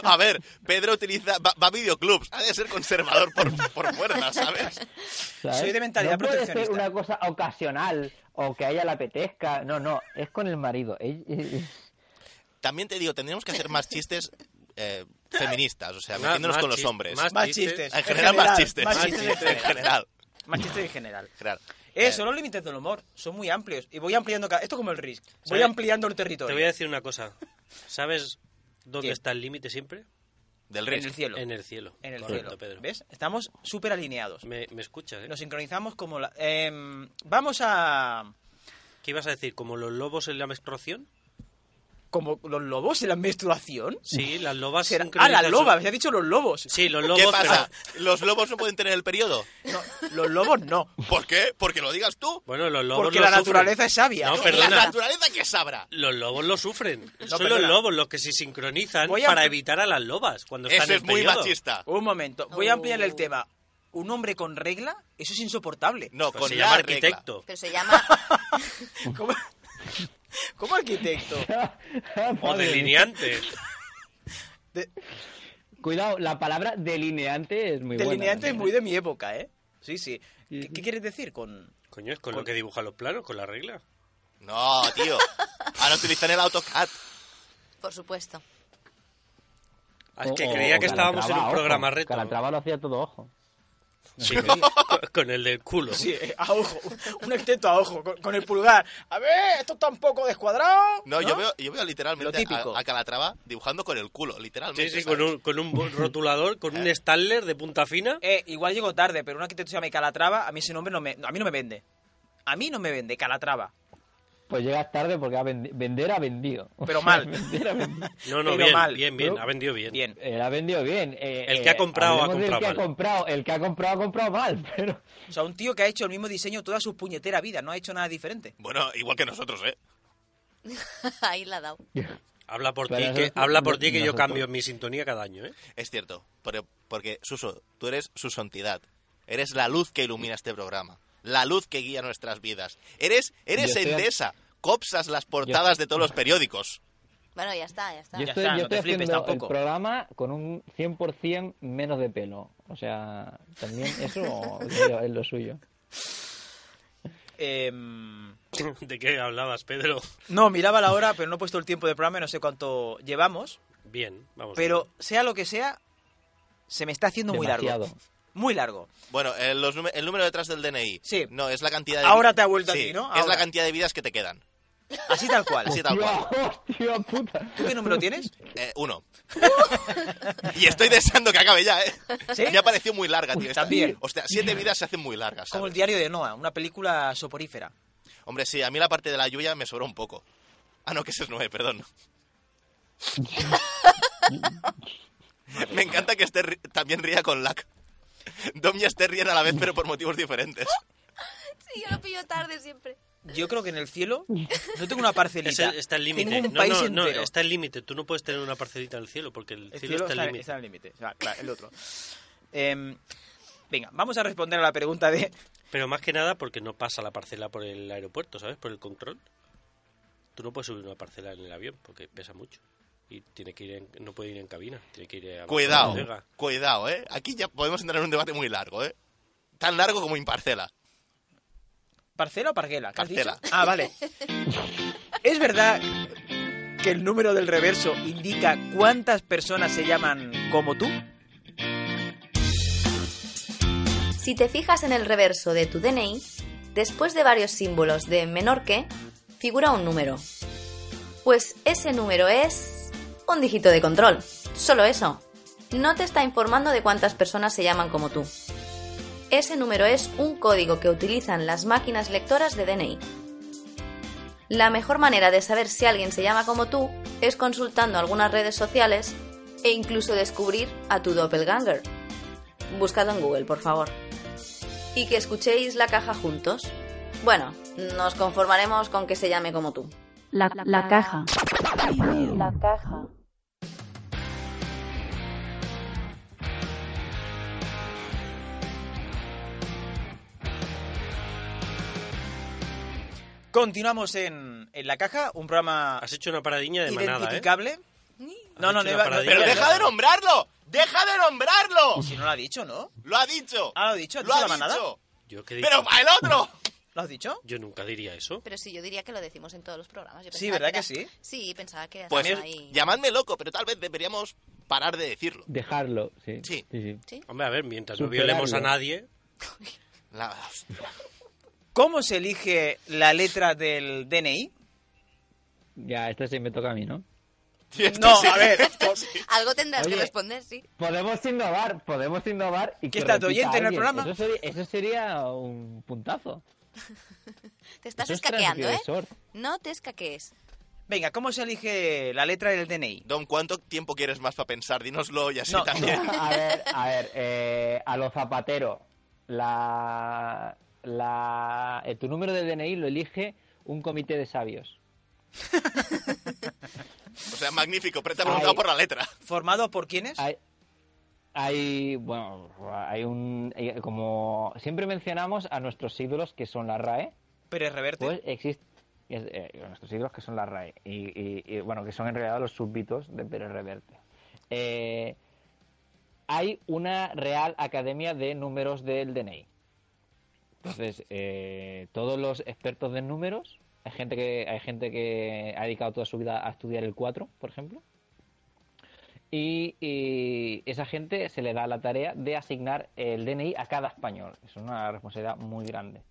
Speaker 9: A ver, Pedro utiliza, va, va a videoclubs, ha de ser conservador por, por fuerza, ¿sabes?
Speaker 11: ¿sabes? no puede ser una cosa ocasional o que a ella le apetezca. No, no, es con el marido. Ell-
Speaker 9: También te digo, tendríamos que hacer más chistes eh, feministas, o sea,
Speaker 8: Más-
Speaker 9: metiéndonos
Speaker 8: más
Speaker 9: con los
Speaker 8: chis-
Speaker 9: hombres.
Speaker 8: más Más chistes. chistes.
Speaker 9: En
Speaker 8: En
Speaker 9: general, más
Speaker 8: general,
Speaker 9: chistes.
Speaker 8: más chistes en
Speaker 9: en general.
Speaker 8: general. Más chistes en general.
Speaker 9: Claro.
Speaker 8: Eh, son los límites del humor, son muy amplios. Y voy ampliando. ca- Esto es como el Risk. Voy
Speaker 12: ¿Sabes?
Speaker 8: ampliando el
Speaker 12: Te
Speaker 8: territorio.
Speaker 12: voy a decir una cosa. ¿Sabes dónde
Speaker 8: ¿Qué?
Speaker 12: está el límite siempre?
Speaker 9: Del
Speaker 8: En el cielo.
Speaker 12: En el cielo.
Speaker 8: En el
Speaker 12: Correcto,
Speaker 8: cielo.
Speaker 12: Pedro.
Speaker 8: ¿Ves? Estamos súper alineados.
Speaker 12: Me, me escuchas, ¿eh?
Speaker 8: Nos sincronizamos como la. em, vamos a.
Speaker 12: ¿Qué ibas a decir? ¿Como los lobos en la menstruación?
Speaker 8: Como los lobos en la menstruación.
Speaker 12: Sí, las lobas.
Speaker 8: Será- Ah,
Speaker 12: sincronizan
Speaker 8: las
Speaker 12: su-
Speaker 8: lobas, me has dicho los lobos.
Speaker 12: Sí, los
Speaker 9: ¿Qué
Speaker 12: lobos.
Speaker 9: pasa?
Speaker 12: pero-
Speaker 9: ¿Los lobos no pueden tener el periodo?
Speaker 8: Los lobos no.
Speaker 9: ¿Por qué? Porque lo digas tú.
Speaker 12: Bueno, los lobos.
Speaker 8: Porque
Speaker 12: lo
Speaker 8: la
Speaker 12: sufren.
Speaker 8: naturaleza es sabia.
Speaker 12: No,
Speaker 9: La
Speaker 12: perdona.
Speaker 9: naturaleza que sabrá.
Speaker 12: Los lobos lo sufren. Son
Speaker 8: perdona.
Speaker 12: los lobos los que se sincronizan
Speaker 8: Voy a-
Speaker 12: para evitar a las lobas cuando
Speaker 9: Eso
Speaker 12: están en
Speaker 9: es muy
Speaker 12: periodo.
Speaker 9: machista.
Speaker 8: Un momento, voy a ampliar el tema. ¿Un hombre con regla? Eso es insoportable.
Speaker 9: No,
Speaker 12: Pues
Speaker 9: con
Speaker 12: se
Speaker 9: la
Speaker 12: llama
Speaker 9: regla.
Speaker 12: arquitecto.
Speaker 10: Pero se llama
Speaker 8: ¿Cómo, ¿Cómo arquitecto?
Speaker 12: O
Speaker 11: Madre mía.
Speaker 12: delineante.
Speaker 11: Cuidado, la palabra delineante es muy buena.
Speaker 8: Delineante es
Speaker 11: ¿no?
Speaker 8: muy de mi época, ¿eh? Sí, sí. ¿Qué, qué quieres decir con...?
Speaker 12: Coño, es con lo que dibujan los planos, con la regla.
Speaker 9: No, tío. Ahora utilizan el AutoCAD.
Speaker 10: Por supuesto.
Speaker 12: Ah, Es que
Speaker 11: O-
Speaker 12: creía
Speaker 11: o
Speaker 12: que estábamos en
Speaker 11: Calatrava,
Speaker 12: un
Speaker 11: ojo,
Speaker 12: programa reto.
Speaker 11: Calatrava lo hacía todo ojo.
Speaker 12: Sí, con- con el del culo.
Speaker 8: Sí, eh, a ojo. Un arquitecto a ojo, con, con el pulgar. A ver, esto está un poco descuadrado.
Speaker 9: No, Yo, veo, yo veo
Speaker 8: Lo
Speaker 9: literalmente
Speaker 8: típico.
Speaker 9: a, a Calatrava dibujando con el culo, literalmente.
Speaker 12: Sí, sí, con
Speaker 9: ¿sabes?
Speaker 12: un, con un bo- rotulador, con un Staller de punta fina.
Speaker 8: Eh, igual llego tarde, pero un arquitecto que se llama Calatrava, a mí ese nombre no me, a mí no me vende. A mí no me vende Calatrava,
Speaker 11: Pues llegas tarde porque ha vendi- vender ha vendido.
Speaker 8: pero mal.
Speaker 11: Vender ha vendido.
Speaker 12: No, no,
Speaker 8: pero
Speaker 12: bien,
Speaker 8: mal.
Speaker 12: bien, bien,
Speaker 11: Pero-
Speaker 12: ha vendido bien.
Speaker 8: Bien.
Speaker 11: Él ha vendido bien. eh,
Speaker 12: El que ha
Speaker 11: eh,
Speaker 12: comprado ha
Speaker 11: hablemos del
Speaker 12: comprado
Speaker 11: que
Speaker 12: mal.
Speaker 11: ha comprado. El que ha comprado ha comprado mal, pero...
Speaker 8: O sea, un tío que ha hecho el mismo diseño toda su puñetera vida, no ha hecho nada diferente.
Speaker 9: Bueno, igual que nosotros, ¿eh?
Speaker 10: Ahí la ha dado.
Speaker 12: Habla por ti
Speaker 11: Pero
Speaker 12: que,
Speaker 11: nosotros-
Speaker 12: habla por ti que yo
Speaker 11: nosotros-
Speaker 12: cambio mi sintonía cada año, ¿eh?
Speaker 9: Es cierto. pero- porque, Suso, tú eres su santidad. Eres la luz que ilumina este programa. La luz que guía nuestras vidas. Eres, eres
Speaker 11: Yo estoy-
Speaker 9: Endesa. Copsas las portadas de todos los periódicos.
Speaker 10: Bueno, ya está, ya está.
Speaker 11: Yo
Speaker 8: Ya
Speaker 11: estoy, yo
Speaker 8: está, no
Speaker 11: estoy
Speaker 8: te flipes
Speaker 11: haciendo
Speaker 8: tampoco.
Speaker 11: el programa con un 100% menos de pelo. O sea, también eso tío, es lo suyo.
Speaker 8: Em,
Speaker 12: ¿De qué hablabas, Pedro?
Speaker 8: no, miraba la hora, pero no he puesto el tiempo de programa y no sé cuánto llevamos.
Speaker 12: Bien, vamos.
Speaker 8: Pero sea lo que sea, se me está haciendo muy largo.
Speaker 11: Demasiado.
Speaker 8: Muy largo.
Speaker 9: Bueno, eh, los nume- el número detrás del DNI.
Speaker 8: Sí.
Speaker 9: No, es la cantidad de...
Speaker 8: Ahora te ha vuelto a
Speaker 9: Sí,
Speaker 8: ti, ¿no?
Speaker 9: Es la
Speaker 8: Ahora.
Speaker 9: cantidad de vidas que te quedan.
Speaker 8: Así tal cual.
Speaker 9: Así tal cual.
Speaker 11: ¡Hostia, hostia puta!
Speaker 8: ¿Tú qué número tienes?
Speaker 9: Eh, uno. y estoy deseando que acabe ya, ¿eh?
Speaker 8: ¿Sí?
Speaker 9: Me ha parecido muy larga, tío. esta.
Speaker 8: también.
Speaker 9: Hostia, siete vidas se hacen muy largas.
Speaker 8: Como el
Speaker 9: ¿sabes?
Speaker 8: diario de Noah, una película soporífera.
Speaker 9: Hombre, sí, a mí la parte de la lluvia me sobró un poco. Ah, no, que ese es nueve, perdón. me encanta que esté ri- también ría con Lack. Dom y Esther ríen a la vez, pero por motivos diferentes.
Speaker 10: Sí, yo lo pillo tarde siempre.
Speaker 8: Yo creo que en el cielo no tengo una
Speaker 12: Ese-
Speaker 8: parcelita.
Speaker 12: está el límite.
Speaker 8: Tengo un
Speaker 12: no,
Speaker 8: país
Speaker 12: no, no,
Speaker 8: entero.
Speaker 12: está el límite. Tú no puedes tener una parcelita en el cielo porque el,
Speaker 8: El
Speaker 12: cielo, está al límite.
Speaker 8: está en el límite. Ah, claro, el otro. Em, venga, vamos a responder a la pregunta de...
Speaker 12: Pero más que nada porque no pasa la parcela por el aeropuerto, ¿sabes? Por el control. Tú no puedes subir una parcela en el avión porque pesa mucho. Y tiene que ir en- no puede ir en cabina. Tiene que ir a
Speaker 9: Cuidado, cuidado, ¿eh? Aquí ya podemos entrar en un debate muy largo, ¿eh? Tan largo como imparcela.
Speaker 8: ¿Parcela o parguela? ¿Qué has dicho?
Speaker 9: Parcela.
Speaker 8: Ah, vale. ¿Es verdad que el número del reverso indica cuántas personas se llaman como tú?
Speaker 10: Si te fijas en el reverso de tu DNI, después de varios símbolos de menor que, figura un número. Pues ese número es un dígito de control. Solo eso. No te está informando de cuántas personas se llaman como tú. Ese número es un código que utilizan las máquinas lectoras de DNI. La mejor manera de saber si alguien se llama como tú es consultando algunas redes sociales e incluso descubrir a tu doppelganger. Buscado en Google, por favor. Y que escuchéis la caja juntos. Bueno, nos conformaremos con que se llame como tú.
Speaker 13: La, la caja. La caja.
Speaker 8: Continuamos en, en la caja, un programa.
Speaker 12: Has hecho una paradiña de manada, ¿eh?
Speaker 8: identificable.
Speaker 12: Has
Speaker 8: No, no,
Speaker 12: hecho
Speaker 8: no,
Speaker 12: una
Speaker 8: iba- no,
Speaker 12: paradilla.
Speaker 9: ¡Pero deja de nombrarlo! ¡Deja de nombrarlo!
Speaker 8: Si no lo ha dicho, ¿no?
Speaker 9: ¡Lo ha dicho!
Speaker 8: ¿Ah, lo ha dicho? ¿Ha
Speaker 9: ¡Lo
Speaker 8: dicho
Speaker 9: ha
Speaker 8: la manada?
Speaker 9: dicho!
Speaker 12: Yo qué digo.
Speaker 9: ¡Pero va el otro!
Speaker 8: ¿Lo has dicho?
Speaker 12: Yo nunca diría eso.
Speaker 10: Pero sí, yo diría que lo decimos en todos los programas. Yo
Speaker 8: Sí,
Speaker 10: pensaba
Speaker 8: ¿verdad
Speaker 10: era-
Speaker 8: que sí?
Speaker 10: Sí, pensaba que era
Speaker 9: Pues
Speaker 10: ahí.
Speaker 9: llamadme loco, pero tal vez deberíamos parar de decirlo.
Speaker 11: Dejarlo, sí.
Speaker 9: Sí.
Speaker 11: sí.
Speaker 12: Hombre, a ver, mientras no
Speaker 11: Superarlo.
Speaker 12: violemos a nadie.
Speaker 9: La-
Speaker 8: ¿Cómo se elige la letra del DNI?
Speaker 11: Ya, este sí me toca a mí, ¿no?
Speaker 9: Este
Speaker 8: No, a ver.
Speaker 10: Algo tendrás
Speaker 11: Oye.
Speaker 10: que responder, sí.
Speaker 11: Podemos innovar, podemos innovar y
Speaker 8: ¿Qué
Speaker 11: que
Speaker 8: está, tu
Speaker 11: repita
Speaker 8: oyente en el
Speaker 11: alguien.
Speaker 8: programa?
Speaker 11: Eso sería, eso sería un puntazo.
Speaker 10: Te estás
Speaker 11: Eso es
Speaker 10: escaqueando, ¿eh?
Speaker 11: transgresor.
Speaker 10: No te escaquees.
Speaker 8: Venga, ¿cómo se elige la letra del DNI?
Speaker 9: Don, ¿cuánto tiempo quieres más para pensar? Dínoslo y así
Speaker 8: No.
Speaker 9: también.
Speaker 11: A ver, a ver, eh, a los zapateros. La, la, eh, tu número de DNI lo elige un comité de sabios.
Speaker 9: O sea, magnífico, pero te ha preguntado
Speaker 11: Ay.
Speaker 9: por la letra.
Speaker 8: ¿Formado por quiénes?
Speaker 11: Hay, hay, bueno, hay un, hay- como siempre mencionamos a nuestros ídolos que son la RAE,
Speaker 8: Pérez Reverte.
Speaker 11: pues existe eh, nuestros ídolos que son la RAE y, y- y, bueno, que son en realidad los súbditos de Pérez Reverte. Eh, hay una Real Academia de Números del DNI. Entonces, eh, todos los expertos de números, hay gente que hay gente que ha dedicado toda su vida a estudiar el 4, por ejemplo. Y, y esa gente se le da la tarea de asignar el DNI a cada español. Es una responsabilidad muy grande.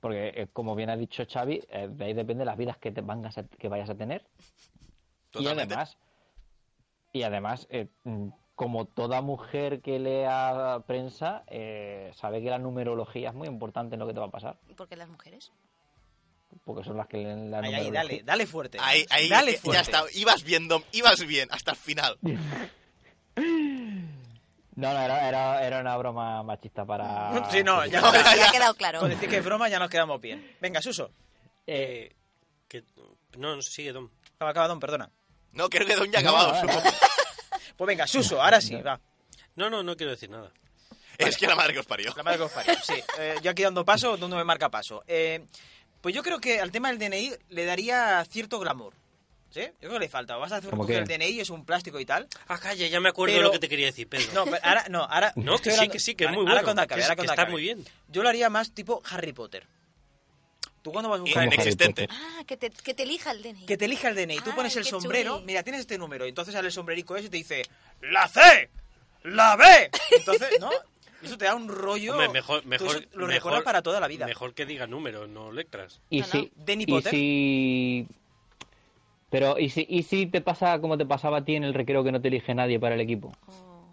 Speaker 11: Porque, eh, como bien ha dicho Xavi, eh, de ahí depende las vidas que, te vangas a- que vayas a tener. Y
Speaker 9: Totalmente.
Speaker 11: además, y además eh, mm, como toda mujer que lea prensa, eh, sabe que la numerología es muy importante en lo que te va a pasar.
Speaker 10: ¿Por qué las mujeres?
Speaker 11: Porque son las que leen la
Speaker 8: Ahí, ahí,
Speaker 11: numerología.
Speaker 8: dale, dale fuerte.
Speaker 9: Ahí, ahí, eh,
Speaker 8: dale
Speaker 9: ya-
Speaker 8: fuerte.
Speaker 9: ya está. Ibas bien, Dom, ibas bien, hasta el final.
Speaker 11: No, no, era, era, era una broma machista para...
Speaker 8: Sí, no, ya,
Speaker 11: Ah,
Speaker 10: Ya,
Speaker 8: ya-
Speaker 10: ha quedado claro.
Speaker 8: Con decir que es broma ya nos quedamos bien. Venga, Suso.
Speaker 11: Eh,
Speaker 12: Que... No, no, sigue, Dom.
Speaker 8: Acaba, acaba, don, perdona.
Speaker 9: No, creo que Don ya ha acabado.
Speaker 11: No, no,
Speaker 8: Pues venga, Suso, ahora sí, va.
Speaker 12: No, no, no quiero decir nada.
Speaker 9: Es que la madre que os parió.
Speaker 8: La madre que os parió, sí. Eh, yo aquí dando paso donde me marca paso. Eh, pues yo creo que al tema del DNI le daría cierto glamour. ¿Sí? Yo creo que le falta. Vas a hacer
Speaker 11: ¿Cómo
Speaker 8: que
Speaker 11: qué?
Speaker 8: el DNI es un plástico y tal.
Speaker 12: Ah, calla, ya me acuerdo de
Speaker 8: Pero-
Speaker 12: lo que te quería decir, Pedro.
Speaker 8: No, pero ahora, no, ahora.
Speaker 12: No, que sí,
Speaker 8: estoy hablando-
Speaker 12: que sí, que es
Speaker 8: Vale,
Speaker 12: muy bueno.
Speaker 8: Ahora cuando acabe,
Speaker 12: que, es-
Speaker 8: ahora cuando
Speaker 12: que está
Speaker 8: acabe.
Speaker 12: muy bien.
Speaker 8: Yo lo haría más tipo Harry Potter. Tú cuando vas a buscar el DNI,
Speaker 9: Inexistente.
Speaker 10: Ah, que te, que te elija el DNI.
Speaker 8: que te elija el DNI, tú
Speaker 10: Ay,
Speaker 8: pones el
Speaker 10: qué
Speaker 8: sombrero,
Speaker 10: chuli.
Speaker 8: mira, tienes este número, y entonces sale el sombrerico ese y te dice, ¡La C! ¡La B! Entonces, ¿no? Eso te da un rollo...
Speaker 12: Hombre, mejor,
Speaker 8: tú
Speaker 12: mejor,
Speaker 8: eso lo
Speaker 12: mejor-
Speaker 8: recuerdas para toda la vida.
Speaker 12: Mejor que diga números, no letras.
Speaker 11: Y
Speaker 10: No, no.
Speaker 11: si,
Speaker 8: Danny
Speaker 11: y
Speaker 8: Potter.
Speaker 11: si- Pero, ¿y si, ¿y si te pasa como te pasaba a ti en el recreo que no te elige nadie para el equipo?
Speaker 10: Oh.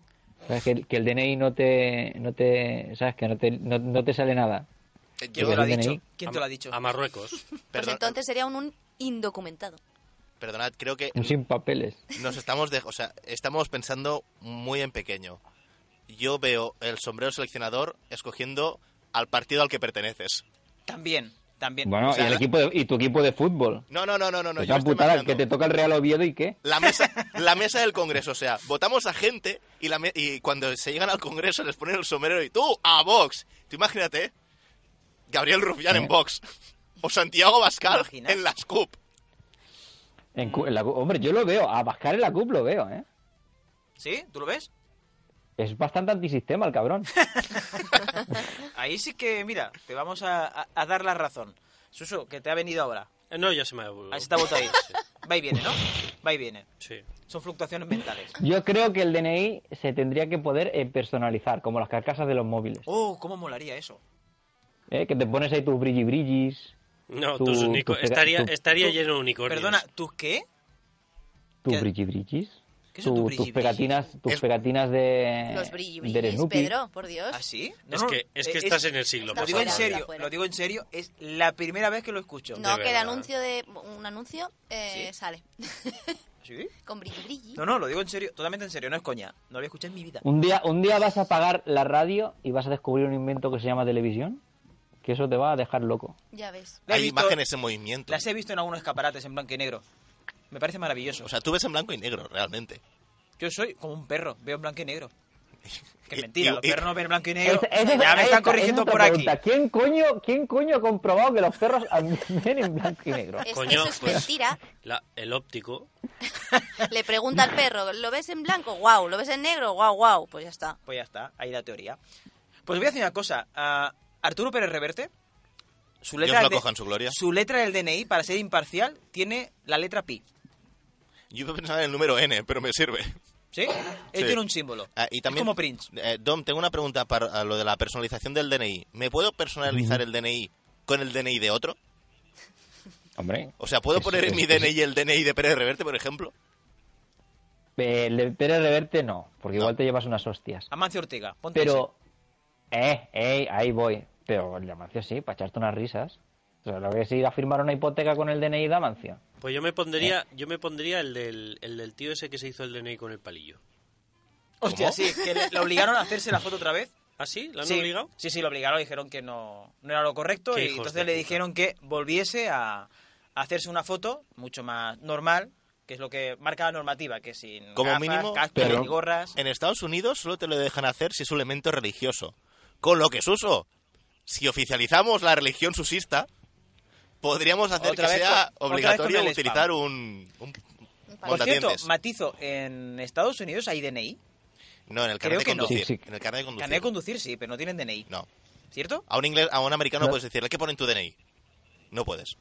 Speaker 11: ¿Sabes? Que, el- que el DNI no te, no te, ¿sabes? Que no te, no, no te sale nada.
Speaker 9: Eh,
Speaker 8: ¿Quién
Speaker 11: Yo
Speaker 8: te lo
Speaker 11: creo
Speaker 8: ha
Speaker 11: que
Speaker 8: dicho?
Speaker 11: DNI.
Speaker 8: ¿Quién
Speaker 12: A-
Speaker 8: te lo ha dicho?
Speaker 12: A Marruecos.
Speaker 10: Pues
Speaker 9: Perdón-
Speaker 10: entonces sería un, un indocumentado.
Speaker 9: Perdonad, creo que
Speaker 11: Un sin papeles.
Speaker 9: nos estamos, de- o sea, estamos pensando muy en pequeño. Yo veo el sombrero seleccionador escogiendo al partido al que perteneces.
Speaker 8: También, también.
Speaker 11: Bueno,
Speaker 9: O sea,
Speaker 11: y, el
Speaker 9: la-
Speaker 11: equipo de- y tu equipo de fútbol.
Speaker 9: No, no, no, no, no, no.
Speaker 11: Te
Speaker 9: Yo
Speaker 11: va a
Speaker 9: me estoy
Speaker 11: putar al que
Speaker 9: imaginando.
Speaker 11: te toca Pues el Real Oviedo y qué.
Speaker 9: La mesa, la mesa del Congreso, o sea, votamos a gente y, la me- y cuando se llegan al Congreso les ponen el sombrero y tú a Vox. Tú imagínate, ¿eh? Gabriel Rufián en Vox o Santiago Bascal
Speaker 8: ¿Te imaginas?
Speaker 9: en las CUP.
Speaker 11: En cu- en la cu- hombre, yo lo veo. A Pascal en la CUP lo veo, ¿eh?
Speaker 8: ¿Sí? ¿Tú lo ves?
Speaker 11: Es bastante antisistema el cabrón.
Speaker 8: Ahí sí que, mira, te vamos a, a- a dar la razón. Suso, que te ha venido ahora.
Speaker 12: Eh, No, ya se me ha olvidado.
Speaker 8: Ahí se te ha vuelto ahí. Va y viene, ¿no? Va y viene.
Speaker 12: Sí.
Speaker 8: Son fluctuaciones mentales.
Speaker 11: Yo creo que el DNI se tendría que poder eh, personalizar, como las carcasas de los móviles.
Speaker 8: Oh, cómo molaría eso.
Speaker 11: ¿eh? Que te pones ahí tus brilli brillis,
Speaker 12: No,
Speaker 11: Tú-
Speaker 12: tus unico-
Speaker 11: tú pega-
Speaker 12: Estaría,
Speaker 11: tú-
Speaker 12: estaría
Speaker 8: tú-
Speaker 12: lleno de unicornios.
Speaker 8: Perdona, ¿tú qué?
Speaker 11: tus
Speaker 8: ¿Qué?
Speaker 11: brilli brillis,
Speaker 8: ¿Qué son
Speaker 11: tu-
Speaker 8: tus
Speaker 11: tus
Speaker 8: brilli
Speaker 11: pegatinas, tus
Speaker 9: Es-
Speaker 11: pegatinas de
Speaker 10: Los brilli
Speaker 11: Eh, del
Speaker 10: brillis,
Speaker 11: Snoopy.
Speaker 10: Pedro, por Dios.
Speaker 8: ¿Ah, sí? No,
Speaker 12: Es
Speaker 8: no,
Speaker 12: que, es que
Speaker 8: eh,
Speaker 12: estás en el siglo
Speaker 10: Está
Speaker 8: Lo digo en
Speaker 10: fuera,
Speaker 12: pasado.
Speaker 8: serio,
Speaker 10: está fuera.
Speaker 8: lo digo en serio, es la primera vez que lo escucho.
Speaker 10: no,
Speaker 12: de
Speaker 10: que el
Speaker 12: verdad.
Speaker 10: anuncio de. Un anuncio eh, sale.
Speaker 8: ¿Sí?
Speaker 10: Con brilli brilli.
Speaker 8: No, no, lo digo en serio, totalmente en serio, no es coña. No lo había escuchado en mi vida.
Speaker 11: Un día, un día vas a apagar la radio y vas a descubrir un invento que se llama televisión, que eso te va a dejar loco.
Speaker 10: Ya ves.
Speaker 8: La he
Speaker 9: Hay
Speaker 8: visto-
Speaker 9: imágenes en movimiento.
Speaker 8: Las he visto en algunos escaparates en blanco y negro. Me parece maravilloso.
Speaker 9: O sea, tú ves en blanco y negro, realmente.
Speaker 8: yo soy como un perro, veo en blanco y negro. Que es mentira,
Speaker 9: y-
Speaker 8: los
Speaker 9: y-
Speaker 8: perros no ven blanco y negro.
Speaker 11: Esa- esa-
Speaker 8: ya me
Speaker 11: ahí
Speaker 8: están
Speaker 11: está,
Speaker 8: corrigiendo
Speaker 11: esa es otra
Speaker 8: por aquí.
Speaker 11: pregunta. ¿Quién coño, ¿Quién coño ha comprobado que los perros ven en blanco y negro?
Speaker 8: Ah,
Speaker 10: Es-
Speaker 12: Coño,
Speaker 10: eso es
Speaker 12: pues,
Speaker 10: mentira.
Speaker 12: la- el óptico.
Speaker 10: Le pregunta al perro, ¿lo ves en blanco? Guau, ¿lo ves en negro? Guau, guau. Pues ya está.
Speaker 8: Pues ya está, ahí la teoría. Pues voy a decir una cosa. a Arturo Pérez Reverte, su letra,
Speaker 9: Dios lo
Speaker 8: del
Speaker 9: coja en su gloria.
Speaker 8: su letra del DNI, para ser imparcial, tiene la letra pi.
Speaker 9: Yo iba a pensar en el número N, pero me sirve.
Speaker 8: ¿Sí? Él
Speaker 9: Sí.
Speaker 8: tiene un símbolo.
Speaker 9: Ah, y también,
Speaker 8: como Prince.
Speaker 9: eh, Dom, tengo una pregunta para a lo de la personalización del DNI. ¿Me puedo personalizar el DNI con el DNI de otro?
Speaker 11: Hombre.
Speaker 9: O sea, ¿puedo
Speaker 11: Eso
Speaker 9: poner en
Speaker 11: es-
Speaker 9: mi DNI el DNI de Pérez Reverte, por ejemplo?
Speaker 11: Eh, el de Pérez Reverte no, porque igual te llevas unas hostias.
Speaker 8: Amancio Ortega, ponte ese.
Speaker 11: Pero, eh, eh, ahí voy. Pero el de Amancio sí, para echarte unas risas. O sea, lo que es ir a firmar una hipoteca con el DNI de Amancio.
Speaker 12: Pues yo me pondría,
Speaker 8: Eh.
Speaker 12: yo me pondría el del, el del tío ese que se hizo el DNI con el palillo.
Speaker 8: Hostia, sí, que le, la obligaron a hacerse la foto otra vez.
Speaker 12: ¿Ah, sí? ¿La han
Speaker 8: sí,
Speaker 12: obligado?
Speaker 8: Sí, sí, lo obligaron, dijeron que no, no era lo correcto
Speaker 12: Qué
Speaker 8: y
Speaker 12: hijos
Speaker 8: entonces
Speaker 12: de
Speaker 8: le dijeron que volviese a, a hacerse una foto mucho más normal, que es lo que marca la normativa, que sin
Speaker 9: Como
Speaker 8: gafas,
Speaker 9: mínimo,
Speaker 8: casco,
Speaker 9: pero-
Speaker 8: ni gorras.
Speaker 9: En Estados Unidos solo te lo dejan hacer si es un elemento religioso. Con lo que es uso. Si oficializamos la religión susista, podríamos hacer
Speaker 8: Otra
Speaker 9: que
Speaker 8: vez
Speaker 9: sea
Speaker 8: con- otra vez
Speaker 9: obligatorio
Speaker 8: con el
Speaker 9: utilizar
Speaker 8: spam.
Speaker 9: un, un
Speaker 8: Por cierto,
Speaker 9: mondadientes.
Speaker 8: matizo, en Estados Unidos hay DNI.
Speaker 9: No, en el
Speaker 8: creo
Speaker 9: carnet de
Speaker 8: que no.
Speaker 9: conducir.
Speaker 8: Sí, sí.
Speaker 9: En el carnet de conducir.
Speaker 8: Carnet de conducir sí, pero no tienen DNI.
Speaker 9: No.
Speaker 8: ¿Cierto?
Speaker 9: A un inglés, a un americano no puedes decirle que ponen tu DNI. No puedes.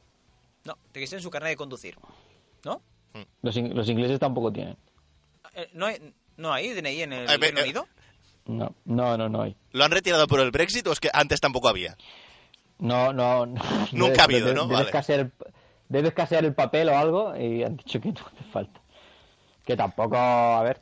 Speaker 8: No, tiene que ser en su carnet de conducir.
Speaker 11: Los, in- los ingleses tampoco tienen.
Speaker 8: Eh, ¿No hay, no hay DNI en el
Speaker 9: Eh, ve-
Speaker 8: Reino
Speaker 9: eh,
Speaker 8: Unido?
Speaker 11: No, no, no, no hay.
Speaker 9: ¿Lo han retirado por el Brexit o es que antes tampoco había?
Speaker 11: No, no. no.
Speaker 9: Nunca ha habido, ¿no?
Speaker 11: Debes
Speaker 9: Vale.
Speaker 11: casear, debes casear el papel o algo y han dicho que no hace falta. Que tampoco, a ver.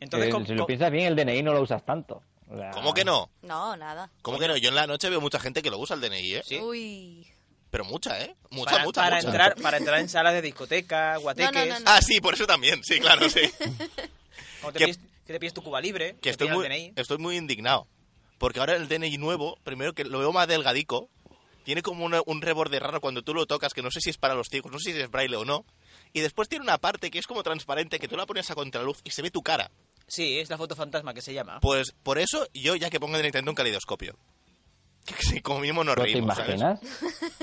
Speaker 9: Entonces,
Speaker 11: eh,
Speaker 9: ¿cómo-
Speaker 11: si lo
Speaker 9: cómo-
Speaker 11: piensas bien, el DNI no lo usas tanto. O sea,
Speaker 9: ¿Cómo que no?
Speaker 10: No, nada.
Speaker 9: ¿Cómo que no? Yo en la noche veo mucha gente que lo usa el DNI, ¿eh?
Speaker 10: Uy.
Speaker 9: Pero mucha, ¿eh? Mucha,
Speaker 8: para,
Speaker 9: mucha,
Speaker 8: para
Speaker 9: mucha.
Speaker 8: entrar Para entrar en salas de discoteca, guateques.
Speaker 9: Ah, sí, por eso también. Sí, claro, sí.
Speaker 8: cuando te
Speaker 9: que-
Speaker 8: pides- que te pides tu Cuba libre.
Speaker 9: que
Speaker 8: te
Speaker 9: estoy
Speaker 8: piden el
Speaker 9: muy,
Speaker 8: DNI.
Speaker 9: estoy muy indignado. Porque ahora el DNI nuevo, primero que lo veo más delgadico, tiene como una- un reborde raro cuando tú lo tocas, que no sé si es para los ciegos, no sé si es braille o no. Y después tiene una parte que es como transparente, que tú la pones a contraluz y se ve tu cara.
Speaker 8: Sí, es la foto fantasma que se llama.
Speaker 9: Pues por eso yo ya que pongo el Nintendo un calidoscopio. Que si como mismo nos
Speaker 11: ¿No te
Speaker 9: reímos, ¿sabes?
Speaker 11: imaginas?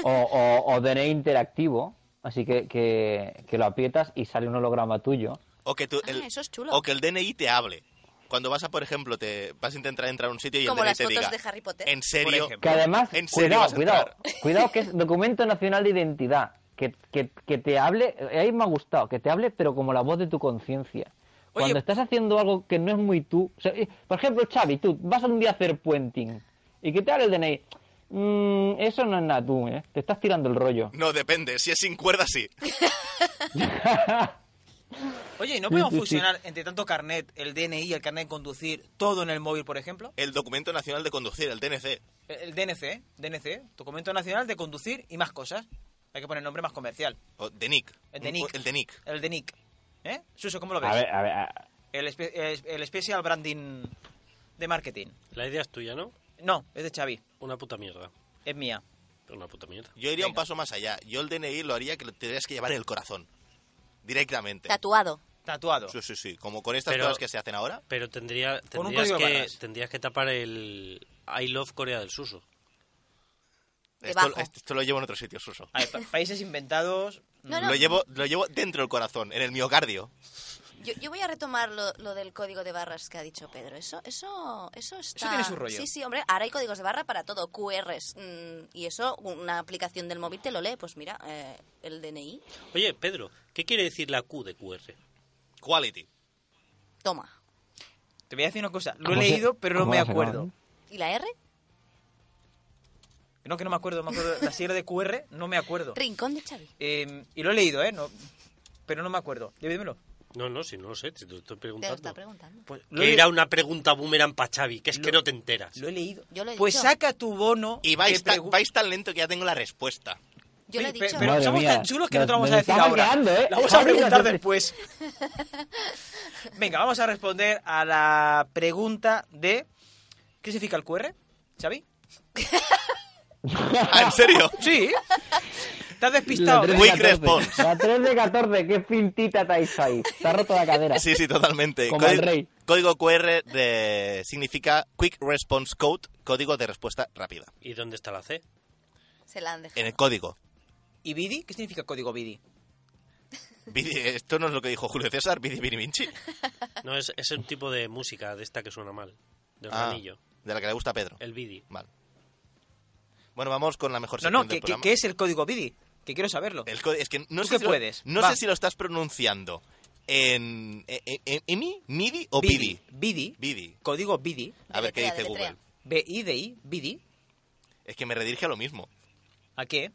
Speaker 11: O, o, o DNI interactivo, así que, que, que lo aprietas y sale un holograma tuyo.
Speaker 9: O que, tú- el,
Speaker 10: Ah, eso es chulo.
Speaker 9: o que el DNI te hable. Cuando vas a, por ejemplo, te vas a intentar entrar a un sitio y
Speaker 10: Como
Speaker 9: el DNI
Speaker 10: las
Speaker 9: te
Speaker 10: fotos
Speaker 9: diga...
Speaker 10: de Harry Potter.
Speaker 9: ¿En serio?
Speaker 11: Que además,
Speaker 9: ¿En serio
Speaker 11: cuidado,
Speaker 9: vas a
Speaker 11: cuidado,
Speaker 9: entrar?
Speaker 11: cuidado, que es documento nacional de identidad. Que, que, que te hable, eh, ahí me ha gustado, que te hable, pero como la voz de tu conciencia. Cuando estás haciendo algo que no es muy tú. o sea, eh, por ejemplo, Xavi, tú vas un día a hacer puenting y que te hable el DNI. Mm, eso no es nada tú, ¿eh? Te estás tirando el rollo.
Speaker 9: No, depende. Si es sin cuerda, sí.
Speaker 8: Oye, ¿y no
Speaker 11: Sí,
Speaker 8: podemos
Speaker 11: sí, sí.
Speaker 8: fusionar entre tanto carnet, el DNI, el carnet de conducir, todo en el móvil, por ejemplo?
Speaker 9: El documento nacional de conducir, el DNC.
Speaker 8: El DNC, DNC, Documento Nacional de Conducir y más cosas. Hay que poner nombre más comercial.
Speaker 9: O DNIC.
Speaker 8: El DNIC.
Speaker 9: El DNIC.
Speaker 8: El DNIC. ¿Eh? Suso, ¿cómo lo ves?
Speaker 11: A ver, a ver, a-
Speaker 8: El, espe- el- el Special Branding de Marketing.
Speaker 12: La idea es tuya, ¿no?
Speaker 8: No, es de Xavi.
Speaker 12: Una puta mierda.
Speaker 8: Es mía.
Speaker 12: Una puta mierda.
Speaker 9: Yo iría un paso más allá. Yo el DNI lo haría que lo tendrías que llevar en el corazón. Directamente.
Speaker 10: Tatuado.
Speaker 8: Tatuado.
Speaker 9: Sí, sí, sí. Como con estas
Speaker 12: Pero-
Speaker 9: cosas que se hacen ahora.
Speaker 12: Pero tendría,
Speaker 8: Con un
Speaker 12: tendrías,
Speaker 8: código de
Speaker 12: que,
Speaker 8: barras.
Speaker 12: tendrías que tapar el I Love Corea del Suso.
Speaker 9: Esto, esto lo llevo en otro sitio, Suso.
Speaker 8: A ver, pa- países inventados.
Speaker 10: No, no.
Speaker 9: Lo, llevo, lo llevo dentro del corazón, en el miocardio.
Speaker 10: Yo, yo voy a retomar lo, lo del código de barras que ha dicho Pedro. Eso, eso, eso está.
Speaker 8: tiene su rollo.
Speaker 10: Sí, sí, hombre. Ahora hay códigos de barra para todo, QRs. mm, y eso, una aplicación del móvil te lo lee. Pues mira, eh, el DNI.
Speaker 12: Oye, Pedro, ¿qué quiere decir la Q de QR?
Speaker 9: Quality.
Speaker 10: Toma.
Speaker 8: Te voy a decir una cosa. Lo he
Speaker 11: ¿Cómo se-
Speaker 8: leído, pero no
Speaker 11: cómo
Speaker 8: me
Speaker 11: lo has
Speaker 8: acuerdo.
Speaker 10: ¿Y la R?
Speaker 8: No, que no me acuerdo. Me acuerdo. La sigla de QR, no me acuerdo.
Speaker 10: Rincón de Xavi.
Speaker 8: Eh, y lo he leído, ¿eh? No, pero no me acuerdo. Dímelo.
Speaker 12: No, no, si no lo sé, te lo estoy
Speaker 10: Te lo está
Speaker 12: preguntando.
Speaker 10: preguntando.
Speaker 8: Pues, Lo
Speaker 12: Que
Speaker 8: he-
Speaker 12: era una pregunta boomerang para Xavi, que es que no te enteras.
Speaker 8: Lo he leído.
Speaker 10: Yo lo he
Speaker 8: Pues
Speaker 10: dicho.
Speaker 8: saca tu bono.
Speaker 9: Y vais, ta- vais tan lento que ya tengo la respuesta.
Speaker 10: Yo lo he
Speaker 8: Oye, pe-
Speaker 10: dicho.
Speaker 8: Pero
Speaker 11: Madre
Speaker 8: somos
Speaker 11: mía,
Speaker 8: tan chulos que no
Speaker 11: nos-
Speaker 8: te lo vamos
Speaker 11: nos
Speaker 8: a decir
Speaker 11: está
Speaker 8: ahora.
Speaker 11: hackeando, ¿eh?
Speaker 8: Lo vamos a
Speaker 11: Javi,
Speaker 8: preguntar
Speaker 11: nos-
Speaker 8: después. Venga, vamos a responder a la pregunta de... ¿Qué significa el QR, Xavi?
Speaker 9: Ah, ¿En Ah, serio?
Speaker 8: Sí. Te has despistado. ¿eh?
Speaker 9: La tres de Quick 14. response.
Speaker 11: La 3 de 14, qué pintita te ha hecho ahí. Te ha roto la cadera.
Speaker 9: Sí, sí, totalmente.
Speaker 11: Como
Speaker 9: Códi-
Speaker 11: el rey.
Speaker 9: Código QR de- significa Quick Response Code, código de respuesta rápida.
Speaker 12: ¿Y dónde está la C?
Speaker 10: Se la han dejado.
Speaker 9: En el código.
Speaker 8: ¿Y BIDI? ¿Qué significa código BIDI?
Speaker 9: Vidi- Esto no es lo que dijo Julio César, Vidi Vidi Vinci.
Speaker 12: No, es, es un tipo de música de esta que suena mal. De
Speaker 9: Ah,
Speaker 12: organillo.
Speaker 9: de la que le gusta a Pedro.
Speaker 12: El Bidi.
Speaker 9: Vale. Bueno, vamos con la mejor
Speaker 8: No,
Speaker 9: sección
Speaker 8: no,
Speaker 9: del
Speaker 8: ¿qué, qué-
Speaker 9: pues, programa.
Speaker 8: qué es el código BIDI? Que quiero saberlo.
Speaker 9: El co- es que no
Speaker 8: ¿Tú
Speaker 9: sé
Speaker 8: qué
Speaker 9: si lo-
Speaker 8: puedes?
Speaker 9: no
Speaker 8: Va.
Speaker 9: sé si lo estás pronunciando en e- e- e- emi, nidi o
Speaker 8: Bidi.
Speaker 9: pidi.
Speaker 8: BIDI,
Speaker 9: Bidi.
Speaker 8: código BIDI,
Speaker 9: A ver qué dice
Speaker 10: Deletrea,
Speaker 9: Google.
Speaker 8: B-I-D-I, BIDI,
Speaker 9: Es que me redirige a lo mismo.
Speaker 8: ¿a qué?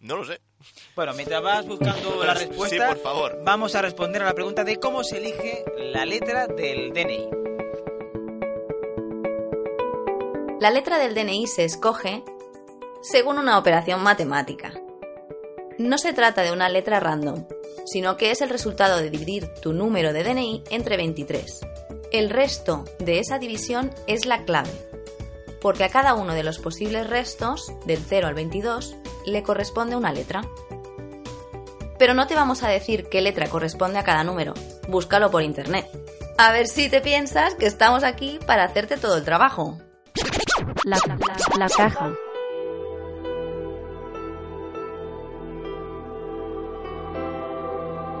Speaker 9: No lo sé.
Speaker 8: Bueno, mientras vas buscando la
Speaker 9: Sí,
Speaker 8: respuesta,
Speaker 9: por favor.
Speaker 8: vamos a responder a la pregunta de cómo se elige la letra del DNI.
Speaker 10: La letra del DNI se escoge según una operación matemática. No se trata de una letra random, sino que es el resultado de dividir tu número de DNI entre 23. El resto de esa división es la clave, porque a cada uno de los posibles restos, del 0 al 22, le corresponde una letra. Pero no te vamos a decir qué letra corresponde a cada número, búscalo por internet. A ver si te piensas que estamos aquí para hacerte todo el trabajo.
Speaker 13: La, la, la caja.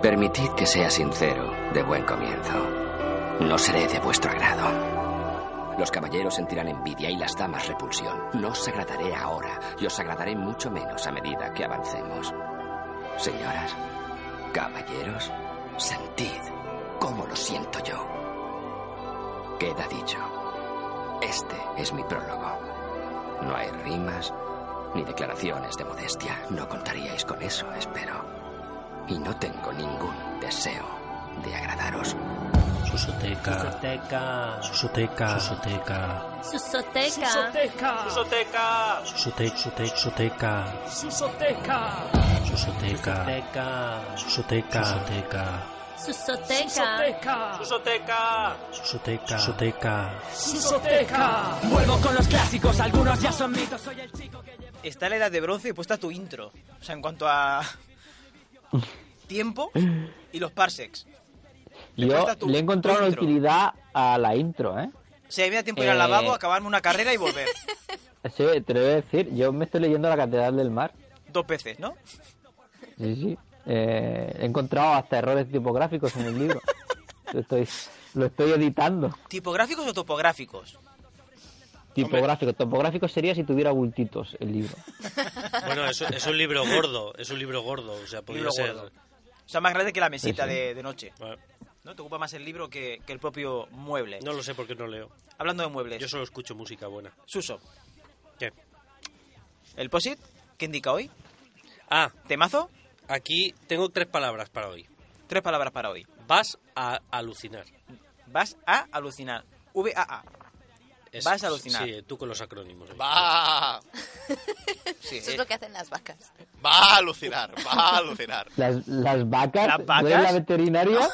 Speaker 14: Permitid que sea sincero de buen comienzo. No seré de vuestro agrado. Los caballeros sentirán envidia y las damas repulsión. No os agradaré ahora y os agradaré mucho menos a medida que avancemos. Señoras, caballeros, sentid cómo lo siento yo. Queda dicho. Este es mi prólogo. No hay rimas ni declaraciones de modestia. No contaríais con eso, espero y no tengo ningún deseo de agradaros.
Speaker 12: Susoteca.
Speaker 14: Susoteca.
Speaker 12: Susoteca. Susoteca.
Speaker 15: Susoteca. Susoteca.
Speaker 12: Susoteca. Susoteca.
Speaker 15: Susoteca.
Speaker 12: Susoteca. Susoteca.
Speaker 15: Susoteca. Susoteca.
Speaker 12: Susoteca. Susoteca.
Speaker 15: Susoteca. Vuelvo con los clásicos, algunos ya son mitos. Soy el chico que llevo.
Speaker 8: Está la edad de bronce y puesta tu intro. O sea, en cuanto a tiempo y los parsecs.
Speaker 11: Yo
Speaker 8: falta tu-
Speaker 11: le he encontrado
Speaker 8: tu
Speaker 11: una
Speaker 8: intro.
Speaker 11: utilidad a la intro, ¿eh?
Speaker 8: O sea, me da tiempo de ir al
Speaker 11: Eh.
Speaker 8: lavabo, acabarme una carrera y volver.
Speaker 11: Sí, te lo voy a decir. Yo me estoy leyendo La Catedral del Mar.
Speaker 8: Dos veces, ¿no?
Speaker 11: Sí, sí. Eh, he encontrado hasta errores tipográficos en el libro. lo, estoy, lo estoy editando.
Speaker 8: ¿Tipográficos o topográficos?
Speaker 11: Tipográfico. Topográfico sería si tuviera bultitos el libro.
Speaker 12: Bueno, es, es un libro gordo. Es un libro gordo. O sea, podría
Speaker 8: Libro
Speaker 12: ser.
Speaker 8: gordo. O sea, más grande que la mesita
Speaker 12: Sí, sí.
Speaker 8: De, de noche. ¿No? Te ocupa más el libro que, que el propio mueble.
Speaker 12: No lo sé porque no leo.
Speaker 8: Hablando de muebles.
Speaker 12: Yo solo escucho música buena.
Speaker 8: Suso.
Speaker 12: ¿Qué?
Speaker 8: ¿El POSIT? ¿Qué indica hoy?
Speaker 12: Ah.
Speaker 8: ¿Temazo?
Speaker 12: Aquí tengo tres palabras para hoy.
Speaker 8: Tres palabras para hoy.
Speaker 12: Vas a alucinar.
Speaker 8: Vas a alucinar. V-A-A.
Speaker 12: Es-
Speaker 8: Vas a alucinar.
Speaker 12: Sí, tú con los acrónimos.
Speaker 9: Pues Va,
Speaker 8: Sí,
Speaker 10: Eso es
Speaker 8: eh,
Speaker 10: lo que hacen las vacas.
Speaker 9: va a alucinar, va a alucinar.
Speaker 11: Las, las vacas.
Speaker 8: ¿Las
Speaker 11: ¿tú
Speaker 8: vacas?
Speaker 11: eres la veterinaria?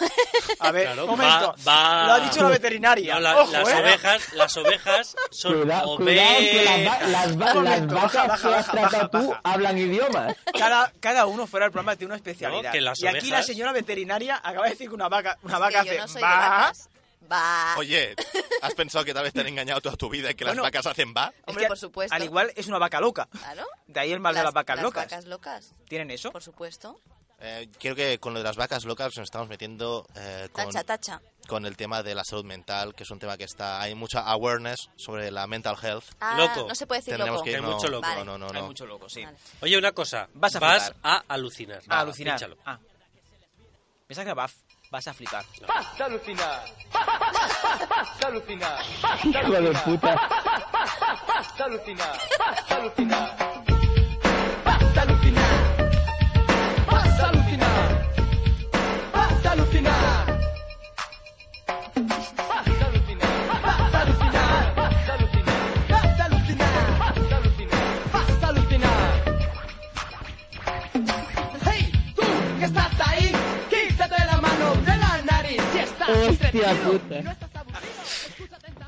Speaker 8: A ver,
Speaker 12: Claro,
Speaker 8: momento.
Speaker 12: va- va-
Speaker 8: Lo ha dicho la veterinaria.
Speaker 12: No, la-
Speaker 8: Ojo,
Speaker 12: las
Speaker 8: eh.
Speaker 12: ovejas, las ovejas son
Speaker 11: Cuidado, cuidado que las, va-
Speaker 12: ovejas.
Speaker 11: las, va-
Speaker 8: Un
Speaker 11: las
Speaker 8: momento,
Speaker 11: vacas
Speaker 8: baja, baja,
Speaker 11: que has
Speaker 8: baja, baja,
Speaker 11: tratado tú
Speaker 8: baja.
Speaker 11: hablan idiomas.
Speaker 8: Cada, cada uno fuera del programa tiene una especialidad.
Speaker 12: No, que las
Speaker 8: y aquí la
Speaker 12: ovejas-
Speaker 8: señora veterinaria acaba de decir que una vaca, una vaca
Speaker 10: que yo
Speaker 8: hace.
Speaker 10: no soy de
Speaker 8: "Ba".
Speaker 10: vacas. Va.
Speaker 9: Oye, ¿has pensado que tal vez te han engañado toda tu vida y que
Speaker 8: Bueno.
Speaker 9: las vacas hacen va?
Speaker 8: Es
Speaker 10: Hombre,
Speaker 8: que
Speaker 10: por supuesto.
Speaker 8: Al igual es una vaca loca.
Speaker 10: Claro.
Speaker 8: De ahí el mal de las vacas locas.
Speaker 10: Las vacas locas,
Speaker 8: ¿Tienen eso?
Speaker 10: por supuesto.
Speaker 9: Eh, creo que con lo de las vacas locas nos estamos metiendo eh, con,
Speaker 10: Tacha, tacha.
Speaker 9: con el tema de la salud mental, que es un tema que está... Hay mucha awareness sobre la mental health.
Speaker 10: Ah, Loco. no se puede decir
Speaker 9: Tendremos
Speaker 10: loco.
Speaker 9: Que,
Speaker 10: Hay
Speaker 9: no,
Speaker 10: mucho loco.
Speaker 9: no,
Speaker 10: Vale.
Speaker 9: No, no,
Speaker 8: Hay
Speaker 9: no.
Speaker 8: mucho loco, sí.
Speaker 10: Vale.
Speaker 12: Oye, una cosa.
Speaker 8: Vas a
Speaker 12: Vas
Speaker 8: flipar.
Speaker 12: a alucinar.
Speaker 8: A
Speaker 12: Nada,
Speaker 8: alucinar.
Speaker 12: pínchalo.
Speaker 8: Ah. Pensaba que era baf. Vas a flipar.
Speaker 15: Vas a alucinar. Vas a alucinar. Vas a
Speaker 11: Hijo de puta.
Speaker 15: Vas a alucinar. Vas a alucinar. Vas a alucinar. Vas a alucinar. Vas a alucinar. Vas a alucinar. Vas a alucinar. Vas a alucinar. Vas a alucinar. Vas a alucinar. Vas a alucinar. Hey, tú que estás ahí, quítate la mano de la nariz. Si estás
Speaker 11: Hostia
Speaker 15: entretenido,
Speaker 11: puta.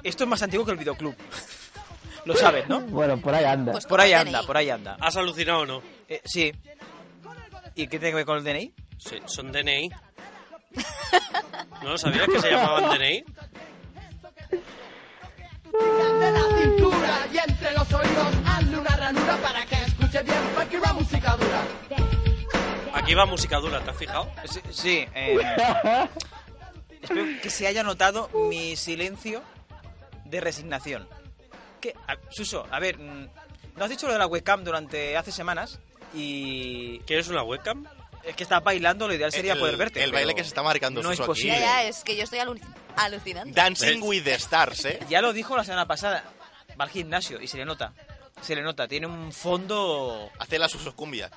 Speaker 8: Esto es más antiguo que el videoclub. Lo sabes, ¿no?
Speaker 11: Bueno, por ahí anda.
Speaker 8: Pues,
Speaker 10: Pues
Speaker 8: Por ahí anda, por ahí anda.
Speaker 12: ¿Has alucinado o no?
Speaker 8: Eh, sí. ¿Y qué tiene que ver con el DNI?
Speaker 12: Sí, son DNI. ¿No lo sabías que se llamaban DNI?
Speaker 15: de la cintura y entre los oídos hazle una ranura para que escuche bien porque va música dura.
Speaker 12: Aquí va música dura, ¿te has fijado?
Speaker 8: Sí, eh, espero que se haya notado mi silencio de resignación. Que, a- Suso, a ver, mm, nos has dicho lo de la webcam durante hace semanas y...
Speaker 12: ¿Quieres una webcam?
Speaker 8: Es que estás bailando, lo ideal sería
Speaker 9: El-
Speaker 8: poder verte.
Speaker 9: el baile que se está marcando
Speaker 8: No es
Speaker 9: Suso aquí.
Speaker 10: Ya,
Speaker 8: posible.
Speaker 10: ya, es que yo estoy alu- alucinando.
Speaker 9: Dancing with the Stars, ¿eh?
Speaker 8: Ya lo dijo la semana pasada. Va al gimnasio y se le nota. Se le nota. Tiene un fondo...
Speaker 9: Hace la susocumbia.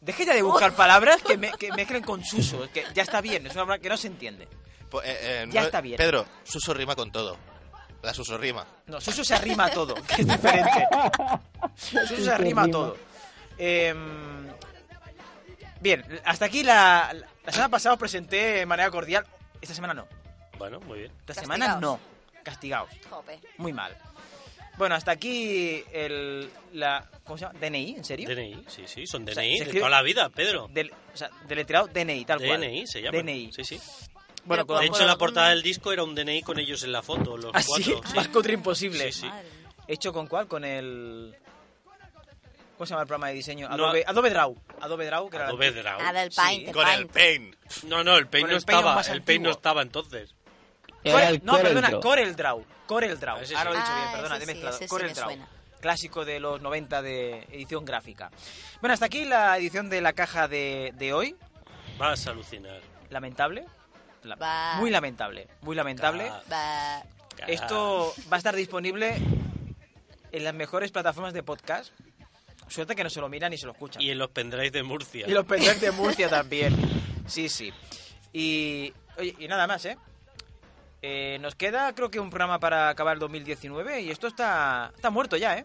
Speaker 8: Deje
Speaker 9: Oh.
Speaker 8: ya de buscar palabras que, me, que mezclen con Suso. Que ya está bien. Es una palabra que no se entiende.
Speaker 9: Po- eh, eh,
Speaker 8: Ya
Speaker 9: no-
Speaker 8: está bien.
Speaker 9: Pedro, Suso rima con todo. La Suso rima.
Speaker 8: No, Suso se arrima a todo, que es diferente. Suso se arrima a todo. Em, bien, hasta aquí la, la semana pasada os presenté de manera cordial. Esta semana no.
Speaker 12: Bueno, muy bien.
Speaker 8: Esta semana no. Castigaos.
Speaker 10: Jope.
Speaker 8: Muy mal. Bueno, hasta aquí el. La, ¿Cómo se llama? ¿DNI? ¿En serio?
Speaker 12: DNI, sí, sí, son
Speaker 8: O sea,
Speaker 12: DNI
Speaker 8: se
Speaker 12: de
Speaker 8: escribe-
Speaker 12: toda la vida, Pedro.
Speaker 8: Del- o sea, deletrado DNI, tal cual.
Speaker 12: DNI se llama.
Speaker 8: DNI.
Speaker 12: Sí, sí.
Speaker 8: Bueno, con-
Speaker 12: de hecho, la portada del disco era un DNI con ellos en la foto, los
Speaker 8: ¿Ah, sí?
Speaker 12: cuatro.
Speaker 8: Más cutre imposible.
Speaker 12: Sí, sí.
Speaker 8: ¿Hecho con cuál? Con el. ¿Cómo se llama el programa de diseño?
Speaker 12: No,
Speaker 8: Adobe, Adobe Draw. Adobe Draw, que era la-
Speaker 12: Adobe Draw.
Speaker 10: Ah, del Paint, el Con el Paint.
Speaker 12: No, no, el Paint
Speaker 8: Con
Speaker 12: no
Speaker 8: el Paint
Speaker 12: estaba.
Speaker 8: más
Speaker 12: El Paint no
Speaker 8: antiguo.
Speaker 12: estaba entonces.
Speaker 8: Corel- pues, no, perdona, Corel Draw. Corel Draw.
Speaker 12: Ah, ese
Speaker 8: Ahora lo he
Speaker 12: sí.
Speaker 8: dicho bien,
Speaker 12: Ah,
Speaker 8: perdona,
Speaker 12: ese
Speaker 8: te he
Speaker 12: sí,
Speaker 8: mezclado.
Speaker 12: ese sí
Speaker 8: Corel
Speaker 12: me
Speaker 8: Draw.
Speaker 12: suena.
Speaker 8: Clásico de los 90 de edición gráfica. Bueno, hasta aquí la edición de la caja de, de hoy.
Speaker 12: Vas a alucinar.
Speaker 8: Lamentable. La-
Speaker 10: Va.
Speaker 8: muy lamentable. Muy lamentable.
Speaker 10: Va.
Speaker 8: Esto va a estar disponible en las mejores plataformas de podcast. Suerte que no se lo miran ni se lo escuchan.
Speaker 12: Y en los pendrives de Murcia.
Speaker 8: Y los pendrives de Murcia también. Sí, sí. Y, oye, y nada más, ¿eh? Eh, Nos queda, creo que, un programa para acabar el 2019 y esto está, está muerto ya, ¿eh?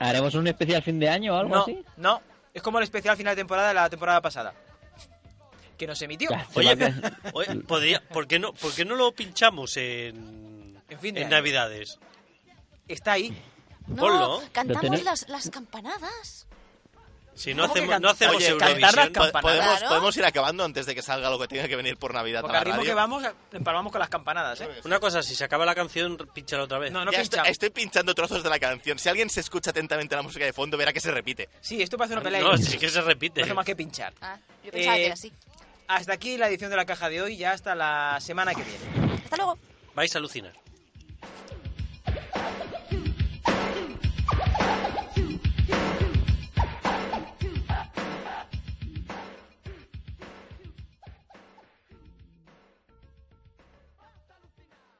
Speaker 11: ¿Haremos un especial fin de año o algo
Speaker 8: no,
Speaker 11: así?
Speaker 8: no. Es como el especial final de temporada de la temporada pasada. Que nos emitió.
Speaker 12: Oye, oye, podría- ¿por, qué no, ¿por qué no lo pinchamos en,
Speaker 8: En fin de año.
Speaker 12: Navidades?
Speaker 8: Está ahí.
Speaker 10: No,
Speaker 12: Ponlo.
Speaker 10: cantamos
Speaker 12: Lo tenéis-
Speaker 10: las, las campanadas.
Speaker 12: Si no
Speaker 8: ¿Cómo que
Speaker 12: hacemos,
Speaker 8: can-
Speaker 12: no hacemos
Speaker 8: Oye,
Speaker 12: Eurovisión,
Speaker 8: cantar las
Speaker 12: po-
Speaker 8: campanadas?
Speaker 9: Podemos,
Speaker 8: Claro.
Speaker 9: podemos ir acabando antes de que salga lo que tenga que venir por Navidad
Speaker 8: Porque
Speaker 9: a la
Speaker 8: arriba
Speaker 9: radio.
Speaker 8: que vamos, empalmamos con las campanadas, ¿eh?
Speaker 12: Una cosa, si se acaba la canción, pinchala otra vez.
Speaker 8: No, no
Speaker 9: Ya
Speaker 8: pinchamos.
Speaker 9: estoy, estoy pinchando trozos de la canción. Si alguien se escucha atentamente la música de fondo, verá que se repite.
Speaker 8: Sí, esto parece una pelea.
Speaker 9: No,
Speaker 8: de-
Speaker 9: sí que se repite.
Speaker 8: No hace más que pinchar.
Speaker 10: Ah, yo pensaba
Speaker 8: Eh,
Speaker 10: que era así.
Speaker 8: Hasta aquí la edición de la caja de hoy, ya hasta la semana que viene.
Speaker 10: Hasta luego.
Speaker 12: Vais a alucinar.